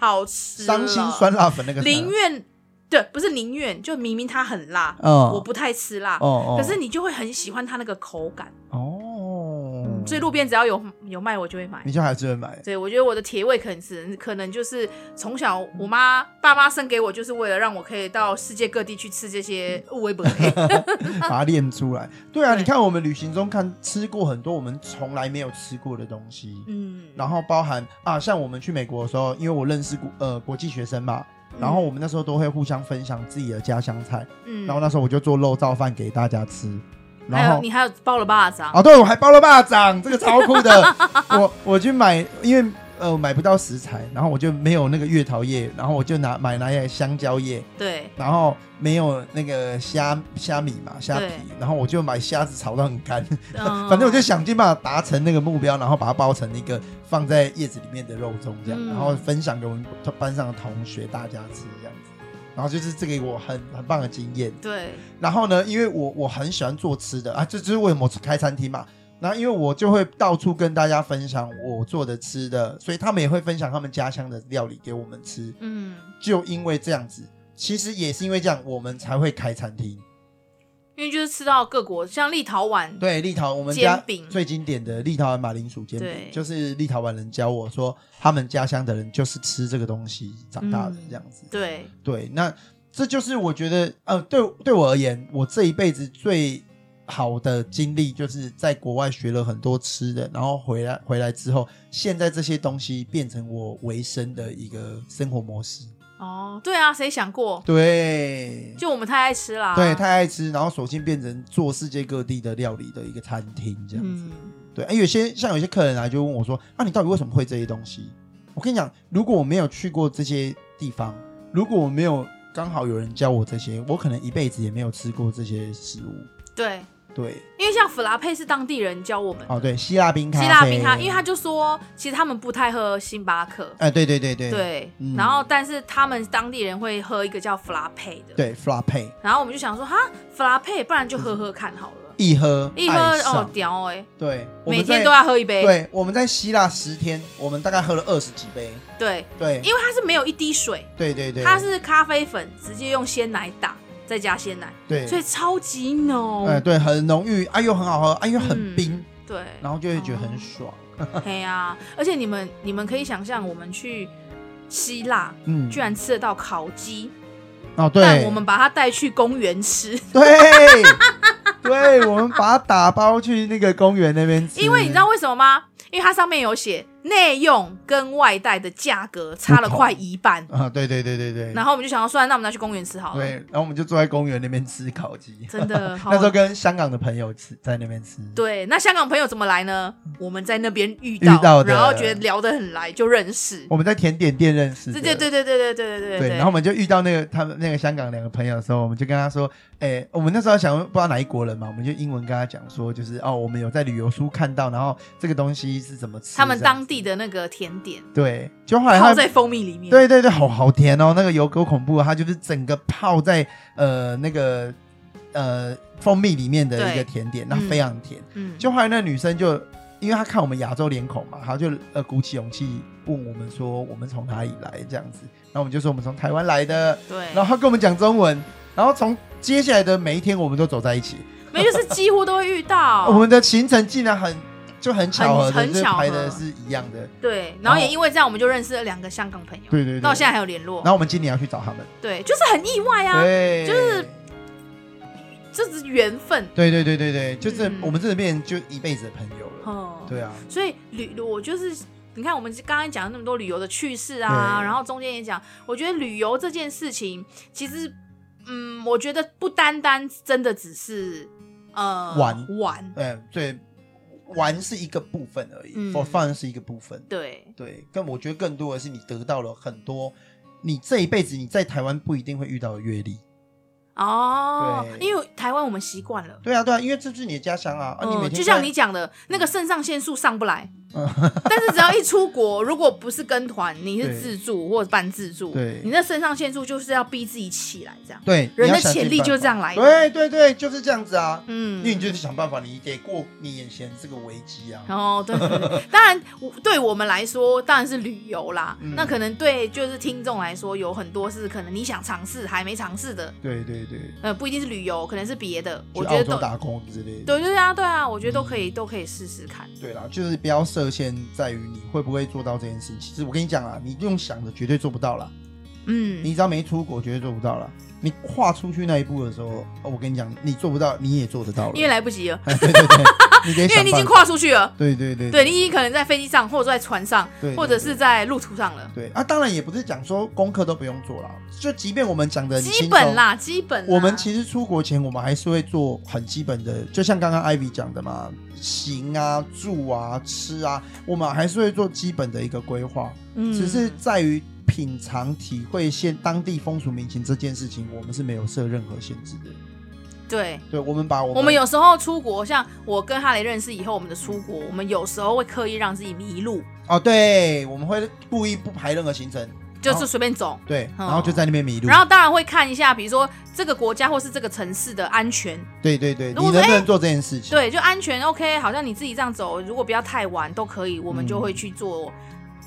B: 好吃了，
A: 伤心酸辣粉那啊个
B: 宁愿对，不是宁愿，就明明它很辣，
A: 嗯
B: 我不太吃辣，
A: 哦哦，
B: 可是你就会很喜欢它那个口感，
A: 哦，
B: 所以路边只要有有卖我就会买
A: 你。就还是会买
B: 对，我觉得我的铁胃可能是可能就是从小我妈爸妈生给我，就是为了让我可以到世界各地去吃这些物微本。
A: 嗯把它练出来。对啊，
B: 啊对
A: 你看我们旅行中看吃过很多我们从来没有吃过的东西，
B: 嗯，
A: 然后包含啊，像我们去美国的时候，因为我认识国呃国际学生嘛，然后我们那时候都会互相分享自己的家乡菜，
B: 嗯
A: 然后那时候我就做肉燥饭给大家吃，
B: 还
A: 然
B: 有
A: 后
B: 你还有包了巴掌，
A: 啊，对我还包了巴掌，这个超酷的。 我我去买，因为呃我买不到食材，然后我就没有那个月桃叶，然后我就拿买那些香蕉叶，
B: 对，
A: 然后没有那个虾虾米嘛虾皮
B: 对，
A: 然后我就买虾子炒到很干，
B: 嗯
A: 反正我就想尽办法达成那个目标，然后把它包成一个放在叶子里面的肉粽这样，
B: 嗯
A: 然后分享给我们班上的同学大家吃这样子。然后就是这个我很很棒的经验。
B: 对，
A: 然后呢，因为我我很喜欢做吃的啊，这就是为什么我开餐厅嘛。然后因为我就会到处跟大家分享我做的吃的，所以他们也会分享他们家乡的料理给我们吃。
B: 嗯，
A: 就因为这样子，其实也是因为这样，我们才会开餐厅。
B: 因为就是吃到各国，像立陶宛，
A: 对，立陶我们
B: 嗯煎
A: 家
B: 饼
A: 最经典的立陶宛马铃薯煎饼
B: 对，
A: 就是立陶宛人教我说，他们家乡的人就是吃这个东西长大的
B: 嗯
A: 这样子。
B: 对，
A: 对，那这就是我觉得，呃，对对我而言，我这一辈子最好的经历就是在国外学了很多吃的，然后回来回来之后，现在这些东西变成我为生的一个生活模式。
B: 哦，对啊，谁想过？
A: 对，
B: 就我们太爱吃啦，
A: 对，太爱吃，然后索性变成做世界各地的料理的一个餐厅这样子。
B: 嗯，
A: 对，哎，有些像有些客人来就问我说：“啊，你到底为什么会这些东西？”我跟你讲，如果我没有去过这些地方，如果我没有刚好有人教我这些，我可能一辈子也没有吃过这些食物。
B: 对，
A: 对，
B: 因为像弗拉佩是当地人教我们的
A: 哦对，希腊冰咖啡，
B: 希腊冰咖，因为他就说其实他们不太喝星巴克，
A: 哎、对对对对
B: 对，
A: 嗯
B: 然后但是他们当地人会喝一个叫弗拉佩的，
A: 对 f l a p p
B: 然后我们就想说哈弗拉佩，不然就喝喝看好了，
A: 一喝
B: 一喝
A: 嗯爱
B: 哦
A: 上
B: 屌哎，
A: 对，我们
B: 每天
A: 在
B: 都要喝一杯，
A: 对，我们在希腊十天，我们大概喝了二十几杯，
B: 对，
A: 对，
B: 因为它是没有一滴水，
A: 对对对，
B: 它是咖啡粉直接用鲜奶打，再加鲜奶，
A: 对，
B: 所以超级浓，
A: 哎对，很浓郁，啊又很好喝，啊又很
B: 嗯
A: 冰，
B: 对，
A: 然后就会觉得很爽，
B: 嘿呀，而且你们你们可以想象我们去希腊。
A: 嗯，
B: 居然吃得到烤鸡，
A: 哦
B: 但
A: 对，
B: 我们把它带去公园吃，
A: 对 对，我们把它打包去那个公园那边吃，
B: 因为你知道为什么吗？因为它上面有写内用跟外带的价格差了快一半，
A: 啊，对对对对对，
B: 然后我们就想要算，那我们拿去公园吃好
A: 对
B: 了。，
A: 然后我们就坐在公园那边吃烤鸡，
B: 真 的，好
A: 那时候跟香港的朋友吃，在那边吃，
B: 对。那香港朋友怎么来呢？我们在那边遇
A: 遇到的
B: 然后觉得聊得很来，就认识。
A: 我们在甜点店认识的，
B: 对对对对对对对对
A: 对，然后我们就遇到那个他们那个香港两个朋友的时候，我们就跟他说，哎、我们那时候想不知道哪一国人嘛，我们就英文跟他讲说，就是哦，我们有在旅游书看到，然后这个东西是怎么吃，
B: 他们
A: 这样
B: 当地的那个甜点
A: 对，就后来
B: 泡
A: 他
B: 在蜂蜜里面，
A: 对对对，好好甜哦，那个有够恐怖的，它就是整个泡在呃那个呃蜂蜜里面的一个
B: 对
A: 甜点，那
B: 嗯
A: 非常甜。
B: 嗯，
A: 就后来那女生就，因为她看我们亚洲脸孔嘛，她就呃鼓起勇气问我们说我们从哪里来这样子，然后我们就说我们从台湾来的，
B: 对，
A: 然后她跟我们讲中文，然后从接下来的每一天我们都走在一起，
B: 没就是几乎都会遇到
A: 我。们的行程竟然很就很巧合的，
B: 哦很
A: 就是
B: 巧合
A: 排的是一样的，
B: 对，然后也
A: 然后
B: 因为这样，我们就认识了两个香港朋友，
A: 对对对，
B: 到现在还有联络
A: 然。后我们今年要去找他们，
B: 对，就是很意外啊，
A: 对，
B: 就是。这是缘分。
A: 对对对对对，就是
B: 嗯
A: 我们这边就一辈子的朋友了。
B: 哦，
A: 对啊，
B: 所以旅我就是。你看，我们刚刚讲了那么多旅游的趣事啊，
A: 对
B: 然后中间也讲，我觉得旅游这件事情，其实，嗯，我觉得不单单真的只是呃
A: 玩
B: 玩，
A: 对对，玩是一个部分而已
B: 嗯
A: ，for fun 是一个部分。
B: 对
A: 对，更我觉得更多的是你得到了很多你这一辈子你在台湾不一定会遇到的阅历。
B: 哦，
A: 对
B: 因为台湾我们习惯了，
A: 对啊，对啊，因为这是你的家乡啊，啊你每
B: 嗯，
A: 天
B: 就像
A: 在
B: 你讲的那个肾上腺素上 不来，但是只要一出国，如果不是跟团，你是
A: 对
B: 自助或者半自助，
A: 对
B: 你那肾上腺素就是要逼自己起来，这 样，
A: 对
B: 人
A: 你要
B: 的
A: 想
B: 潜
A: 尽
B: 力
A: 办
B: 就
A: 法
B: 这样来的
A: 对对对，就是这样子啊。
B: 嗯，
A: 因为你就是想办法，你得过你眼前这个危机啊。
B: 哦，对 对对，当然，我对我们来说当然是旅游啦。
A: 嗯
B: 那可能对就是听众来说，有很多是可能你想尝试还没尝试的，
A: 对对对，
B: 呃，不一定是旅游，可能是别的。我
A: 去
B: 觉
A: 澳
B: 得
A: 洲
B: 都
A: 打工之类的。
B: 对对啊，对啊，我觉得都可以，都可以试试看。
A: 对啦，就是不要设限在于你会不会做到这件事情。其实我跟你讲啊，你用想的绝对做不到啦。
B: 嗯，
A: 你只要没出国，绝对做不到啦。你跨出去那一步的时候，哦我跟你讲，你做不到，你也做得到了。
B: 因为来不及了，
A: 哎 对对对，你得
B: 因为
A: 想
B: 你已经
A: 办法。
B: 跨出去了。
A: 对对对
B: 对你已经可能在飞机上，或者在船上，
A: 对对
B: 或者是在路途上了。
A: 对啊，当然也不是讲说功课都不用做啦，就即便我们讲的
B: 基本，啦，基本啦。
A: 我们其实出国前我们还是会做很基本的，就像刚刚 Ivy 讲的嘛，行啊、住啊、吃啊，我们还是会做基本的一个规划。
B: 嗯
A: 只是在于品尝、体会现当地风俗民情这件事情，我们是没有设任何限制的。
B: 对。
A: 对，我们把我们
B: 我们有时候出国，像我跟哈雷认识以后，我们的出国，我们有时候会刻意让自己迷路，
A: 哦，对，我们会故意不排任何行程，
B: 就是随便走。
A: 对，
B: 哦
A: 然后就在那边迷路。
B: 然后当然会看一下，比如说这个国家或是这个城市的安全，
A: 对对对，你
B: 如果
A: 能不
B: 说哎
A: 能做这件事情？
B: 对，就安全 OK，好像你自己这样走，如果不要太晚都可以，我们就会去做，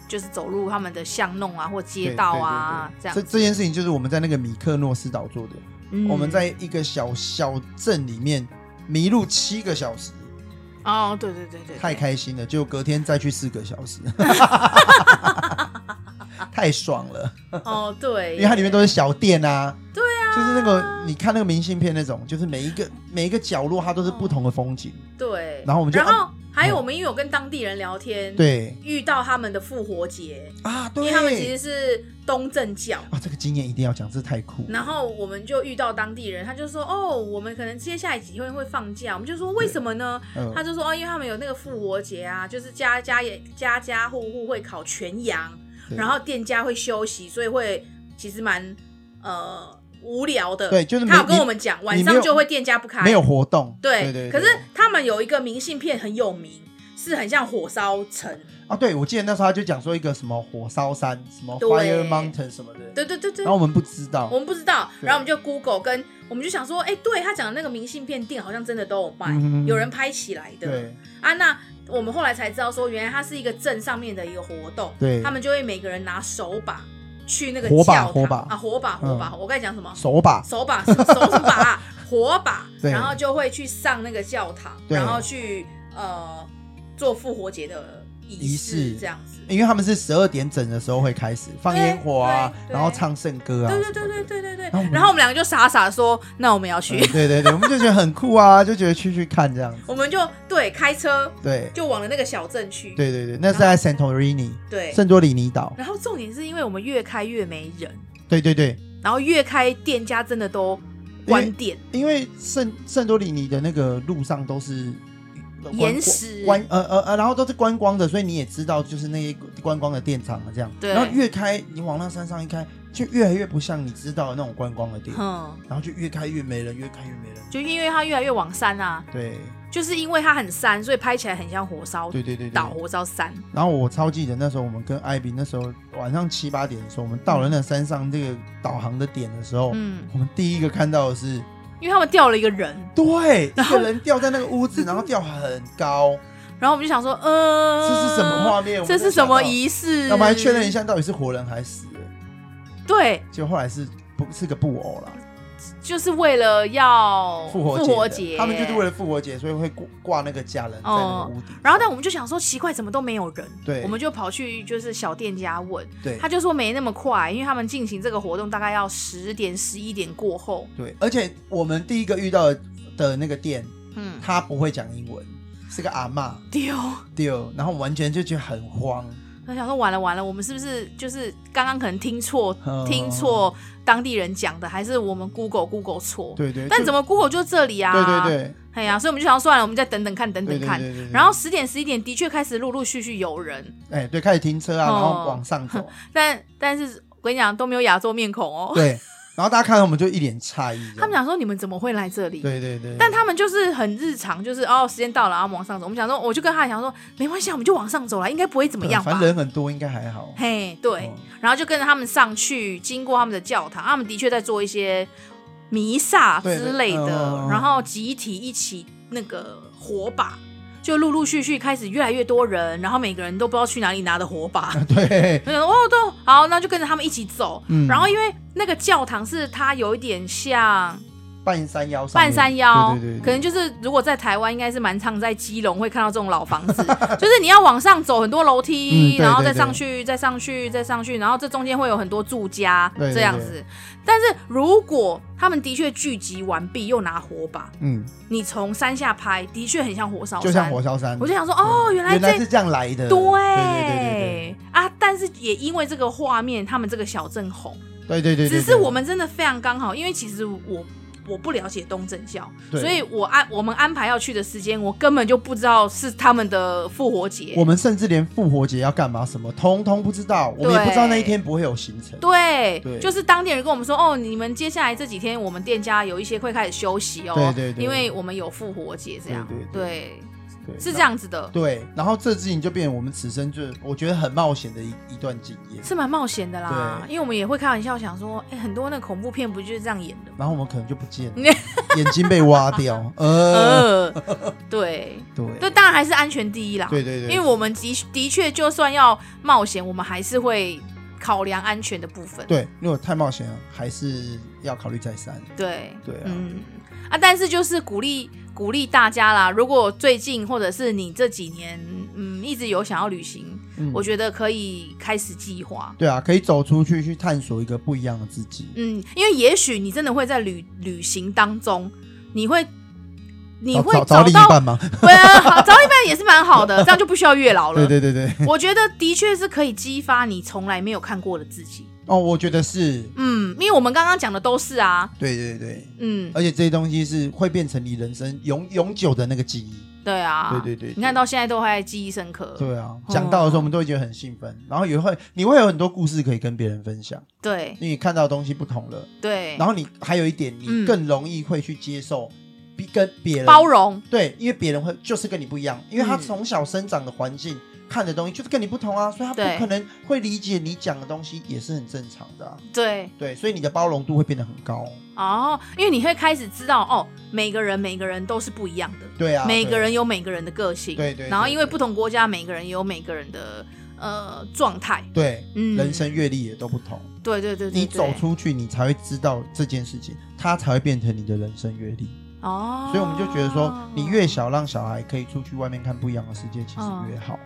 B: 就是走入他们的巷弄啊或
A: 对，
B: 街道啊
A: 对对对
B: 这样
A: 这。这件事情就是我们在那个米克诺斯岛做的，
B: 嗯
A: 我们在一个小小镇里面迷路七个小时，
B: 哦，对对对对，对
A: 太开心了，就隔天再去四个小 时， 太爽了。
B: 哦对，
A: 因为它里面都是小店啊，
B: 对
A: 啊，就是那个你看那个明信片那种，就是每一个每一个角落它都是不同的风景，
B: 嗯对。
A: 然后我们就
B: 然后还有
A: 嗯
B: 我们因为有跟当地人聊天，，
A: 对
B: 遇到他们的复活节，
A: 啊，
B: 因
A: 对，
B: 为他们其实是东正教。
A: 啊，这个经验一定要讲，这太酷了，
B: 然后我们就遇到当地人，他就说：“哦，我们可能接下来几天会放假。”我们就说：“为什么呢？”
A: 嗯
B: 他就说哦，因为他们有那个复活节啊，就是家家也家家户户会烤全羊，
A: 对
B: 然后店家会休息，所以会其实蛮呃无聊的，
A: 对就是没
B: 他有跟
A: 你
B: 我们讲，晚
A: 你没
B: 上
A: 有
B: 就会店家不开，
A: 没有活动。
B: 对
A: 对对。
B: 可是他们有一个明信片很有名，是很像火烧城，
A: 啊，对，我记得那时候他就讲说一个什么火烧山，什么
B: 对
A: Fire Mountain 什么的，
B: 对对对对
A: 然后，我们不知道
B: 我，们不知道，
A: 对
B: 然后我们就 Google 跟我们就想说，哎、对他讲的那个明信片店好像真的都有卖，
A: 嗯
B: 有人拍起来的
A: 对
B: 啊。那我们后来才知道说，原来它是一个镇上面的一个活动，
A: 对
B: 他们就会每个人拿手把去那个
A: 火把
B: 教堂
A: 火把嗯
B: 啊，火把火把，我刚才讲什么？
A: 手把，
B: 手把 手手把火把，
A: 对
B: 然后就会去上那个教堂，
A: 对
B: 然后去呃做复活节的仪
A: 仪式
B: 这样子。
A: 因为他们是十二点整的时候会开始放烟火啊
B: 对，对对
A: 然后唱圣歌啊，
B: 对对对对对对对
A: 然后我们
B: 然后我们两个就傻傻地说，那我们要去，
A: 嗯对对对，我们就觉得很酷啊，就觉得去去看这样子，
B: 我们就对开车
A: 对
B: 就往了那个小镇去。
A: 对对对，那是在 Santorini
B: 对
A: 圣多里尼岛，
B: 然后重点是因为我们越开越没人，
A: 对对对，
B: 然后越开店家真的都关店，
A: 因为圣圣多里尼的那个路上都是观光
B: 岩石
A: 观呃呃呃，然后都是观光的，所以你也知道，就是那些观光的店场啊这样。
B: 对
A: 然后越开你往那山上一开，就越来越不像你知道的那种观光的店，
B: 嗯，
A: 然后就越开越没人，越开越没人。
B: 就因为它越来越往山啊，
A: 对
B: 就是因为它很山，所以拍起来很像火烧
A: 对对对
B: 岛、
A: 对。
B: 火烧山。
A: 然后我超记得那时候我们跟艾比那时候晚上七八点的时候，我们到了那山上这个导航的点的时候，
B: 嗯，
A: 我们第一个看到的是，
B: 因为他们掉了一个人，
A: 对，一个人吊在那个屋子，然后吊很高，
B: 然后我们就想说，呃，
A: 这是什么画面？我们就
B: 这
A: 是
B: 什
A: 想
B: 么
A: 到
B: 仪式？
A: 那我们还确认一。下到底是活人还是死人，
B: 对，
A: 结果后来是不是个布偶啦，
B: 就是为了要
A: 复活节的，
B: 哦复活节，
A: 他们就是为了复活节，所以会挂挂那个假人在那个屋顶。
B: 然后，但我们就想说奇怪，怎么都没有人？
A: 对
B: 我们就跑去就是小店家问，
A: 对
B: 他就说没那么快，因为他们进行这个活动大概要十点、十一点过后。
A: 对，而且我们第一个遇到的的那个店，
B: 嗯，
A: 他不会讲英文，是个阿嬷
B: 丢。
A: 丢，然后完全就觉得很慌。
B: 他想说完了完了，我们是不是就是刚刚可能听错
A: 嗯
B: 听错当地人讲的，还是我们 Google Google 错？
A: 对对，
B: 但怎
A: 么？
B: 么 Google 就这里啊？
A: 对对对
B: 哎呀，所以我们就想说算了，我们再等等看，等
A: 对
B: 等
A: 对
B: 看。
A: 对对对
B: 然后十点十一点的确开始陆陆续续有人，
A: 哎，对，开始停车啊，然后
B: 哦
A: 往上走，
B: 但但是我跟你讲都没有亚洲面孔哦。
A: 对，然后大家看到我们就一脸诧异这样。
B: 他们想说你们怎么会来这里？
A: 对对对，
B: 但他们就是很日常，就是哦时间到了，然后我们往上走。我们想说，我就跟他讲说没关系啊，我们就往上走了，应该不会怎么
A: 对
B: 样
A: 反
B: 吧
A: 正？人很多，应该还好。
B: 嘿，对。
A: 哦
B: 然后就跟着他们上去，经过他们的教堂，他们的确在做一些弥撒
A: 对对
B: 之类的，
A: 嗯
B: 然后集体一起那个火把，就陆陆续续开始越来越多人，然后每个人都不知道去哪里拿的火 把。
A: 对，
B: 就想说哦，都好，那就跟着他们一起走。
A: 嗯
B: 然后因为那个教堂是它有一点像
A: 半山腰上面，
B: 半山腰，
A: 对对对，
B: 可能就是如果在台湾，应该是蛮常在基隆会看到这种老房子， 就是你要往上走很多楼梯，
A: 嗯对
B: 然后
A: 对
B: 再
A: 对
B: 上去，再上去，再上去，然后这中间会有很多住家
A: 对对
B: 这样
A: 对
B: 子。但是如果他们的确聚集完毕，又拿火把，
A: 嗯，
B: 你从山下拍，的确很像火烧山，
A: 就像火烧山，
B: 我就想说，哦，原来
A: 原来
B: 这
A: 是。这样来的，
B: 对
A: 对
B: 啊，但是也因为这个画面，他们这个小镇红，
A: 对对对对对对对，
B: 只是我们真的非常刚好，因为其实我我不了解东正教，
A: 对
B: 所以我安我们安排要去的时间，我根本就不知道是他们的复活节
A: 我。们甚至连复活节要干嘛什么，通通不知道，我们也不知道那一天不会有行程，
B: 对，
A: 对
B: 就是当地人跟我们说，哦，你们接下来这几天，我们店家有一些会开始休息哦，
A: 对对对
B: 因为我们有复活节这样，
A: 对对对
B: 是这。样子的，
A: 对，然后这事情就变成我们此生就我觉得很冒险的一一段经验。
B: 是蛮冒险的啦，
A: 对
B: 因为我们也会开玩笑想说，哎，很多那恐怖片不就是这样演 的吗？
A: 然后我们可能就不见了，眼睛被挖掉。呃，
B: 呃，对，
A: 对，
B: 对，当然还是安全第一啦，
A: 对对对，
B: 因为我们的的确就算要冒险，我们还是会考量安全的部分。
A: 对，如果太冒险了，还是要考虑再三。
B: 对
A: 对啊
B: 嗯啊，但是就是鼓励鼓励大家啦，如果最近或者是你这几年嗯一直有想要旅行，
A: 嗯
B: 我觉得可以开始计划。
A: 对啊，可以走出去去探索一个不一样的自己。
B: 嗯，因为也许你真的会在旅旅行当中，你会嗯你
A: 找
B: 会
A: 找
B: 找
A: 找另一
B: 到，
A: 半吗？
B: 对啊，找一半也是蛮 好的，这样就不需要月老了。
A: 对对对对，
B: 我觉得的确是可以激发你从来没有看过的自己。
A: 哦，我觉得是，
B: 嗯，因为我们刚刚讲的都是啊，
A: 对对对，
B: 嗯，
A: 而且这些东西是会变成你人生永永久的那个记忆。
B: 对啊，
A: 对对对对
B: 你看到现在都还记忆深刻，
A: 对啊，
B: 嗯
A: 讲到的时候我们都会觉得很兴奋，然后也会你会有很多故事可以跟别人分享，
B: 对
A: 因为你看到的东西不同了，
B: 对，
A: 然后你还有一点，你
B: 嗯
A: 更容易会去接受比跟别人
B: 包容，
A: 对，因为别人会就是跟你不一样，因为他
B: 嗯
A: 从小生长的环境、看的东西就是跟你不同啊，所以他
B: 对
A: 不可能会理解你讲的东西，也是很正常的、啊。
B: 对
A: 对，所以你的包容度会变得很高。
B: 哦，因为你会开始知道哦，每个人每个人都是不一样的，
A: 对啊，
B: 每
A: 对
B: 个人有每个人的个性，
A: 对对对
B: 然后因为
A: 对
B: 不同国家，每个人有每个人的呃状态，
A: 对
B: 嗯，
A: 人生阅历也都不同，
B: 对对对对，
A: 你走
B: 对
A: 出去，你才会知道这件事情，它才会变成你的人生阅历。
B: 哦，
A: 所以我们就觉得说，你越小让小孩可以出去外面看不一样的世界，其实
B: 哦
A: 越好。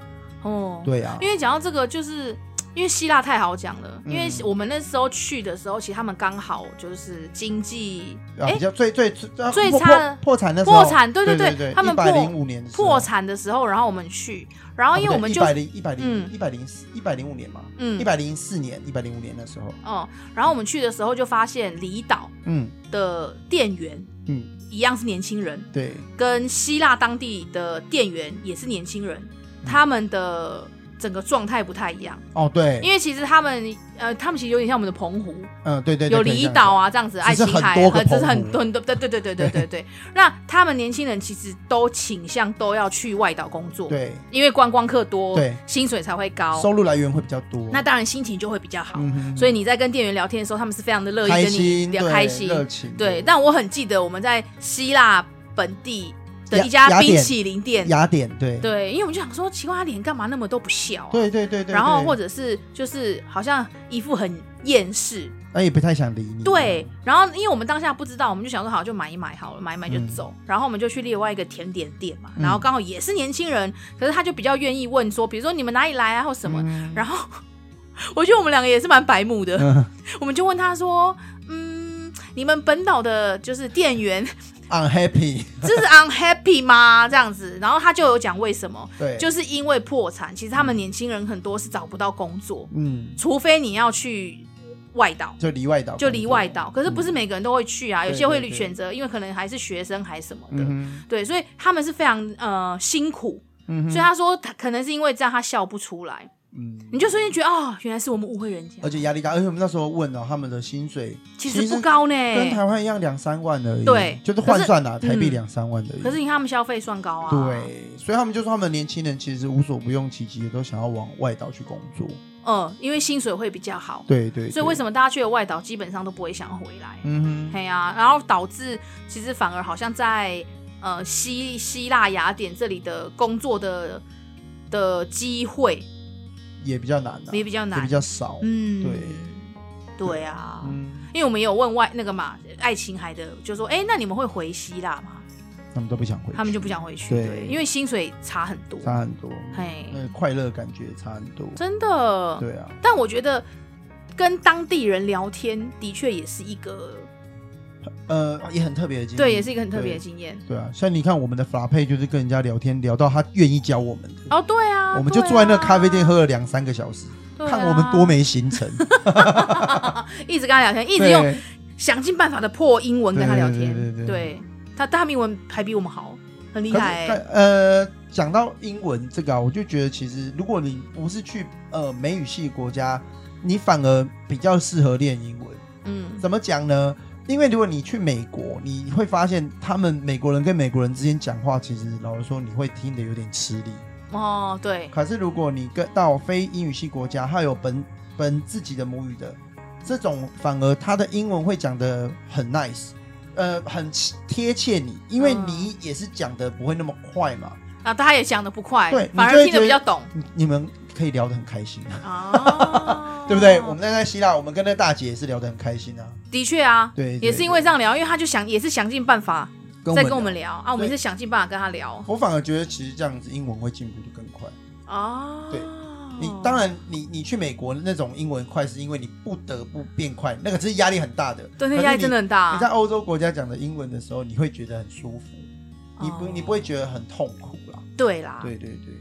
B: 哦，
A: 对啊，
B: 因为讲到这个，就是因为希腊太好讲了，
A: 嗯
B: 因为我们那时候去的时候，其实他们刚好就是经济
A: 啊，比较最最最
B: 最
A: 破
B: 差的
A: 破破产的时候
B: 破产，对
A: 对
B: 对，他们
A: 一百零
B: 破
A: 五年的时候
B: 破，产的时候，然后我们去，然啊后因为我们就
A: 啊一百零一百零
B: 嗯
A: 一百零一百零五年嘛，
B: 嗯
A: 一百零四年一百零五年的时候，
B: 哦，然后我们去的时候就发现离岛
A: 嗯
B: 的店员
A: 嗯，
B: 一样是年轻人，
A: 对，
B: 跟希腊当地的店员也是年轻人，
A: 嗯
B: 他们的。整个状态不太一样，
A: 哦对，
B: 因为其实他们，呃，他们其实有点像我们的澎湖，
A: 嗯对对，对
B: 有
A: 可以这
B: 离
A: 样
B: 岛啊，这样子，
A: 只
B: 爱
A: 是
B: 琴
A: 很
B: 海
A: 多
B: 啊，
A: 个
B: 呃这是
A: 澎
B: 很
A: 湖
B: 多对对对对对对对。那他们年轻人其实都倾向都要去外岛工作，
A: 讲，，对，
B: 因为观光客多，
A: 对，
B: 薪水才会高，
A: 收入来源会比较多，
B: 那当然心情就会比较好。
A: 嗯
B: 所
A: 以
B: 以你在跟店员聊天的时候，他们是非常的乐意
A: 开
B: 跟你
A: 心
B: 聊
A: 对
B: 开心，
A: 热情，
B: 对。但我很记得我们在希腊本地的
A: 雅
B: 一家
A: 雅典
B: 冰淇淋店，
A: 雅典对
B: 对，因为我们就想说，奇怪，他脸干嘛那么都不笑、啊？
A: 对对对对，
B: 然后或
A: 者
B: 者是就是好像一副很厌世，
A: 那哎也不太想理你，
B: 对，然后因为我们当下不知道，我们就想说好就买一买好了，买一买就走。然后我们就去另外一个甜点店嘛，然
A: 嗯
B: 后刚好也是年轻人，可是他就比较愿意问说，比如说你们哪里来啊，或什么。
A: 嗯，
B: 然后我觉得我们两个也是蛮白目的，
A: 嗯
B: 我们就问他说，嗯，你们本岛的就是店员
A: unhappy，
B: 这是 unhappy 吗？这样子，然后他就有讲为什么，
A: 对，
B: 就是因为破产，其实他们年轻人很多是找不到工作，
A: 嗯，
B: 除非你要去外岛。
A: 就离外岛工作，
B: 就离外岛，可是不是
A: 嗯
B: 每个人都会去啊，有
A: 对
B: 些
A: 对
B: 会
A: 对
B: 选择，因为可能还是学生还什么的，
A: 嗯
B: 对，所以他们是非常呃辛苦，
A: 哼嗯哼，
B: 所以他说他可能是因为这样他笑不出来，
A: 嗯
B: 你就瞬间觉得哦，原来是我们误会人家
A: 而，且压力大，而且我们那时候问哦了他们的薪水，
B: 其实不高呢，
A: 跟台湾一样两三万而已，
B: 哎对
A: 就是换算啦，
B: 可是
A: 台币
B: 嗯
A: 两三万而已。
B: 可是你看他们消费算高啊，，
A: 对，所以他们就说他们年轻人其实无所不用其极，也都想要往外岛去工作。
B: 嗯，因为薪水会比较好，
A: 对对
B: 所以为什
A: 么？
B: 么大家去了外岛基本上都不会想要回来，
A: 嗯哼，
B: 对呀、然后导致其实反而好像在呃希希腊雅典这里的工作的的机会
A: 也比较难啊，
B: 也比较
A: 也
B: 难
A: 比，较少。
B: 嗯，
A: 对，
B: 对啊，
A: 嗯，
B: 因为我们也有问外那个嘛，爱琴海的，就说，哎、那你们会回希腊吗？
A: 他们都不想回去，
B: 他们就不想回去，
A: 对
B: 因为薪水差很多，
A: 差很多，
B: 嘿，
A: 那个快乐感觉差很多。
B: 真的。哦
A: 对啊，
B: 但我觉得跟当地人聊天的确也是一个，
A: 呃，也很特别的经历，
B: 对，也是一个很特别的
A: 对。
B: 经验。
A: 对啊，像你看我们的法佩就是跟人家聊天聊到他愿意教我们的，
B: 哦，对啊，
A: 我们就
B: 对啊
A: 坐在那个咖啡店，喝了两三个小时，
B: 对啊
A: 看我们多，没行程，
B: 一直跟他聊 天，一直
A: 对
B: 用想尽办法的破英文跟他聊
A: 对
B: 天，
A: 对对对对
B: 他他英文还比我们好，很厉
A: 可是
B: 害、
A: 但呃，讲到英文这个、啊，我就觉得其实如果你不是去呃美语系国家，你反而比较适合练英文。
B: 嗯，
A: 怎么讲呢？因为如果你去美国，你会发现他们美国人跟美国人之间讲话，其实老实说你会听得有点吃力。
B: 哦，对，
A: 可是如果你跟到非英语系国家，他有本本自己的母语的，这种反而他的英文会讲的很 nice，呃，很贴切你，因为
B: 嗯
A: 你也是讲的不会那么快嘛。
B: 啊，他也讲的不快，
A: 对
B: 反
A: 你就
B: 而
A: 会
B: 听
A: 觉得
B: 得比 较懂，
A: 你你们可以聊得很开心，啊
B: 哦
A: 对不对？我们那在希腊，我们跟那大姐也是聊得很开心啊。
B: 的确啊，
A: 对对
B: 也是因为这样聊，因为他就想也是想尽办法
A: 跟
B: 再跟我们
A: 聊，
B: 聊啊，我们是想尽办法跟他聊
A: 我反而觉得其实这样子英文会进步的更快。
B: 哦。
A: 对你当然你，你去美国那种英文快，是因为你不得不变快，那个是压力很大的。
B: 对，那压力真的很
A: 可是你。
B: 大
A: 你在。欧洲国家讲的英文的时候，你会觉得很舒服，你不、
B: 哦啊
A: 你不会觉得很痛苦啦。
B: 对啦，
A: 对对对，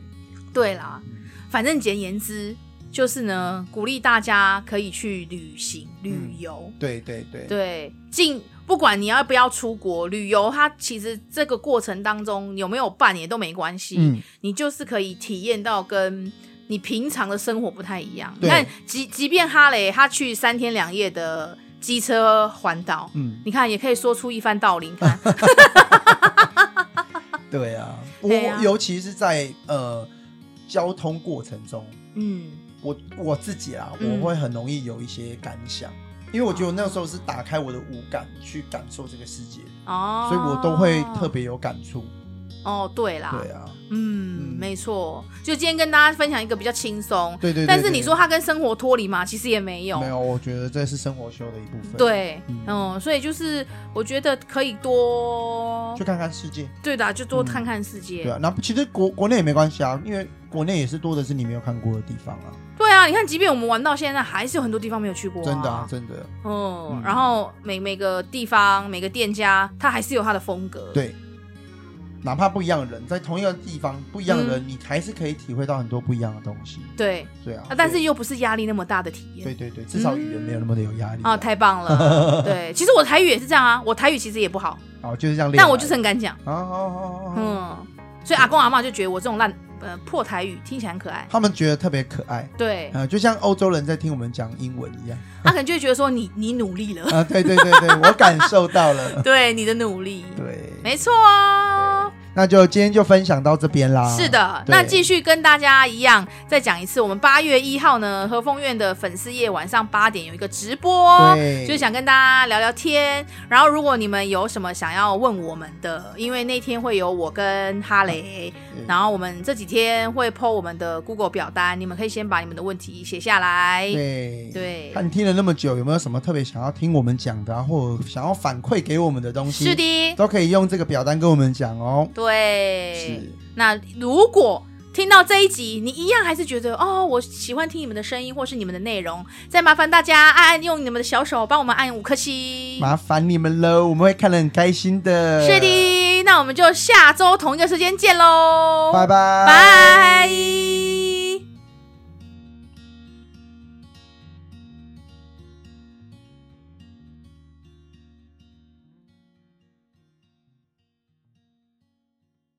B: 对啦
A: 嗯，
B: 反正简言之，就是呢，鼓励大家可以去旅行、
A: 嗯
B: 旅游。
A: 对对对，
B: 对，进不管你要不要出国旅游，它其实这个过程当中有没有办也都没关系，
A: 嗯，
B: 你就是可以体验到跟你平常的生活不太一样。
A: 对
B: 那即即便哈雷他去三天两夜的机车环岛，
A: 嗯，
B: 你看也可以说出一番道理。你看，
A: 对啊，我
B: 对啊
A: 尤其是在呃交通过程中，
B: 嗯，
A: 我我自己啊，
B: 嗯
A: 我会很容易有一些感想，因为我觉得我那时候是打开我的五感去感受这个世界，
B: 哦，
A: 所以我都会特别有感触。
B: 哦，对啦，
A: 对啊，
B: 嗯，
A: 嗯
B: 没错。就今天跟大家分享一个比较轻松，
A: 对对对
B: 但是你
A: 对
B: 说它跟生活脱离嘛，其实也没有，
A: 没有，我觉得这是生活修的一部分。，
B: 对，
A: 嗯
B: 嗯，所以就是我觉得可以多
A: 去，看看世界。
B: 对的啊，就多
A: 嗯
B: 看看世界。
A: 对啊，然后其实国国内也没关系啊，因为国内也是多的是你没有看过的地方啊，
B: 对啊，你看，即便我们玩到现在，还是有很多地方没有去过、
A: 真的啊，。真的。
B: 嗯，
A: 嗯
B: 然后每每个地方、每个店家，它还是有它的风格。，
A: 对，哪怕不一样的人，在同一个地方不一样的
B: 嗯
A: 人，你还是可以体会到很多不一样的东西。
B: 对、
A: 对啊
B: 啊，，但是又不是压力那么大的体验。
A: 对对对，至少语言没有那么的有压力
B: 啊，太 棒了！对，其实我台语也是这样啊，我台语其实也不好，
A: 好，哦就是这样。
B: 但我就是很敢讲。
A: 好好好好，好
B: 嗯，所以阿公阿妈就觉得我这种烂呃破台语听起来很可爱。嗯
A: 他们觉得特别可爱。
B: 对，
A: 呃，就像欧洲人在听我们讲英文一样
B: 他可能就会觉得说你你努力了，
A: 啊，对对对对，我感受到了，
B: 对你的努力，
A: 对，
B: 没错哦。
A: 那就今天就分享到这边啦。
B: 是的，
A: 对
B: 那继续跟大家一样再讲一次，我们八月一号呢，和风院的粉丝夜晚上八点有一个直播，
A: 对，
B: 哦就想跟大家聊聊天。然后，如果你们有什么想要问我们的，因为那天会有我跟哈雷，
A: 嗯
B: 然后我们这几天会 PO 我们的 Google 表单，你们可以先把你们的问题写下来。
A: 对
B: 对
A: 看你听了那么久，有没有什么特别想要听我们讲的、啊，或者想要反馈给我们的东西？
B: 是，的，
A: 都可以用这个表单跟我们讲哦。
B: 对
A: 是。
B: 那如果听到这一集，你一样还是觉得哦，我喜欢听你们的声音或是你们的内容，再麻烦大家按按用你们的小手帮我们按五颗星。
A: 麻烦你们喽，我们会看得很开心的。
B: 是，的，那我们就下周同一个时间见喽，
A: 拜拜，
B: 拜。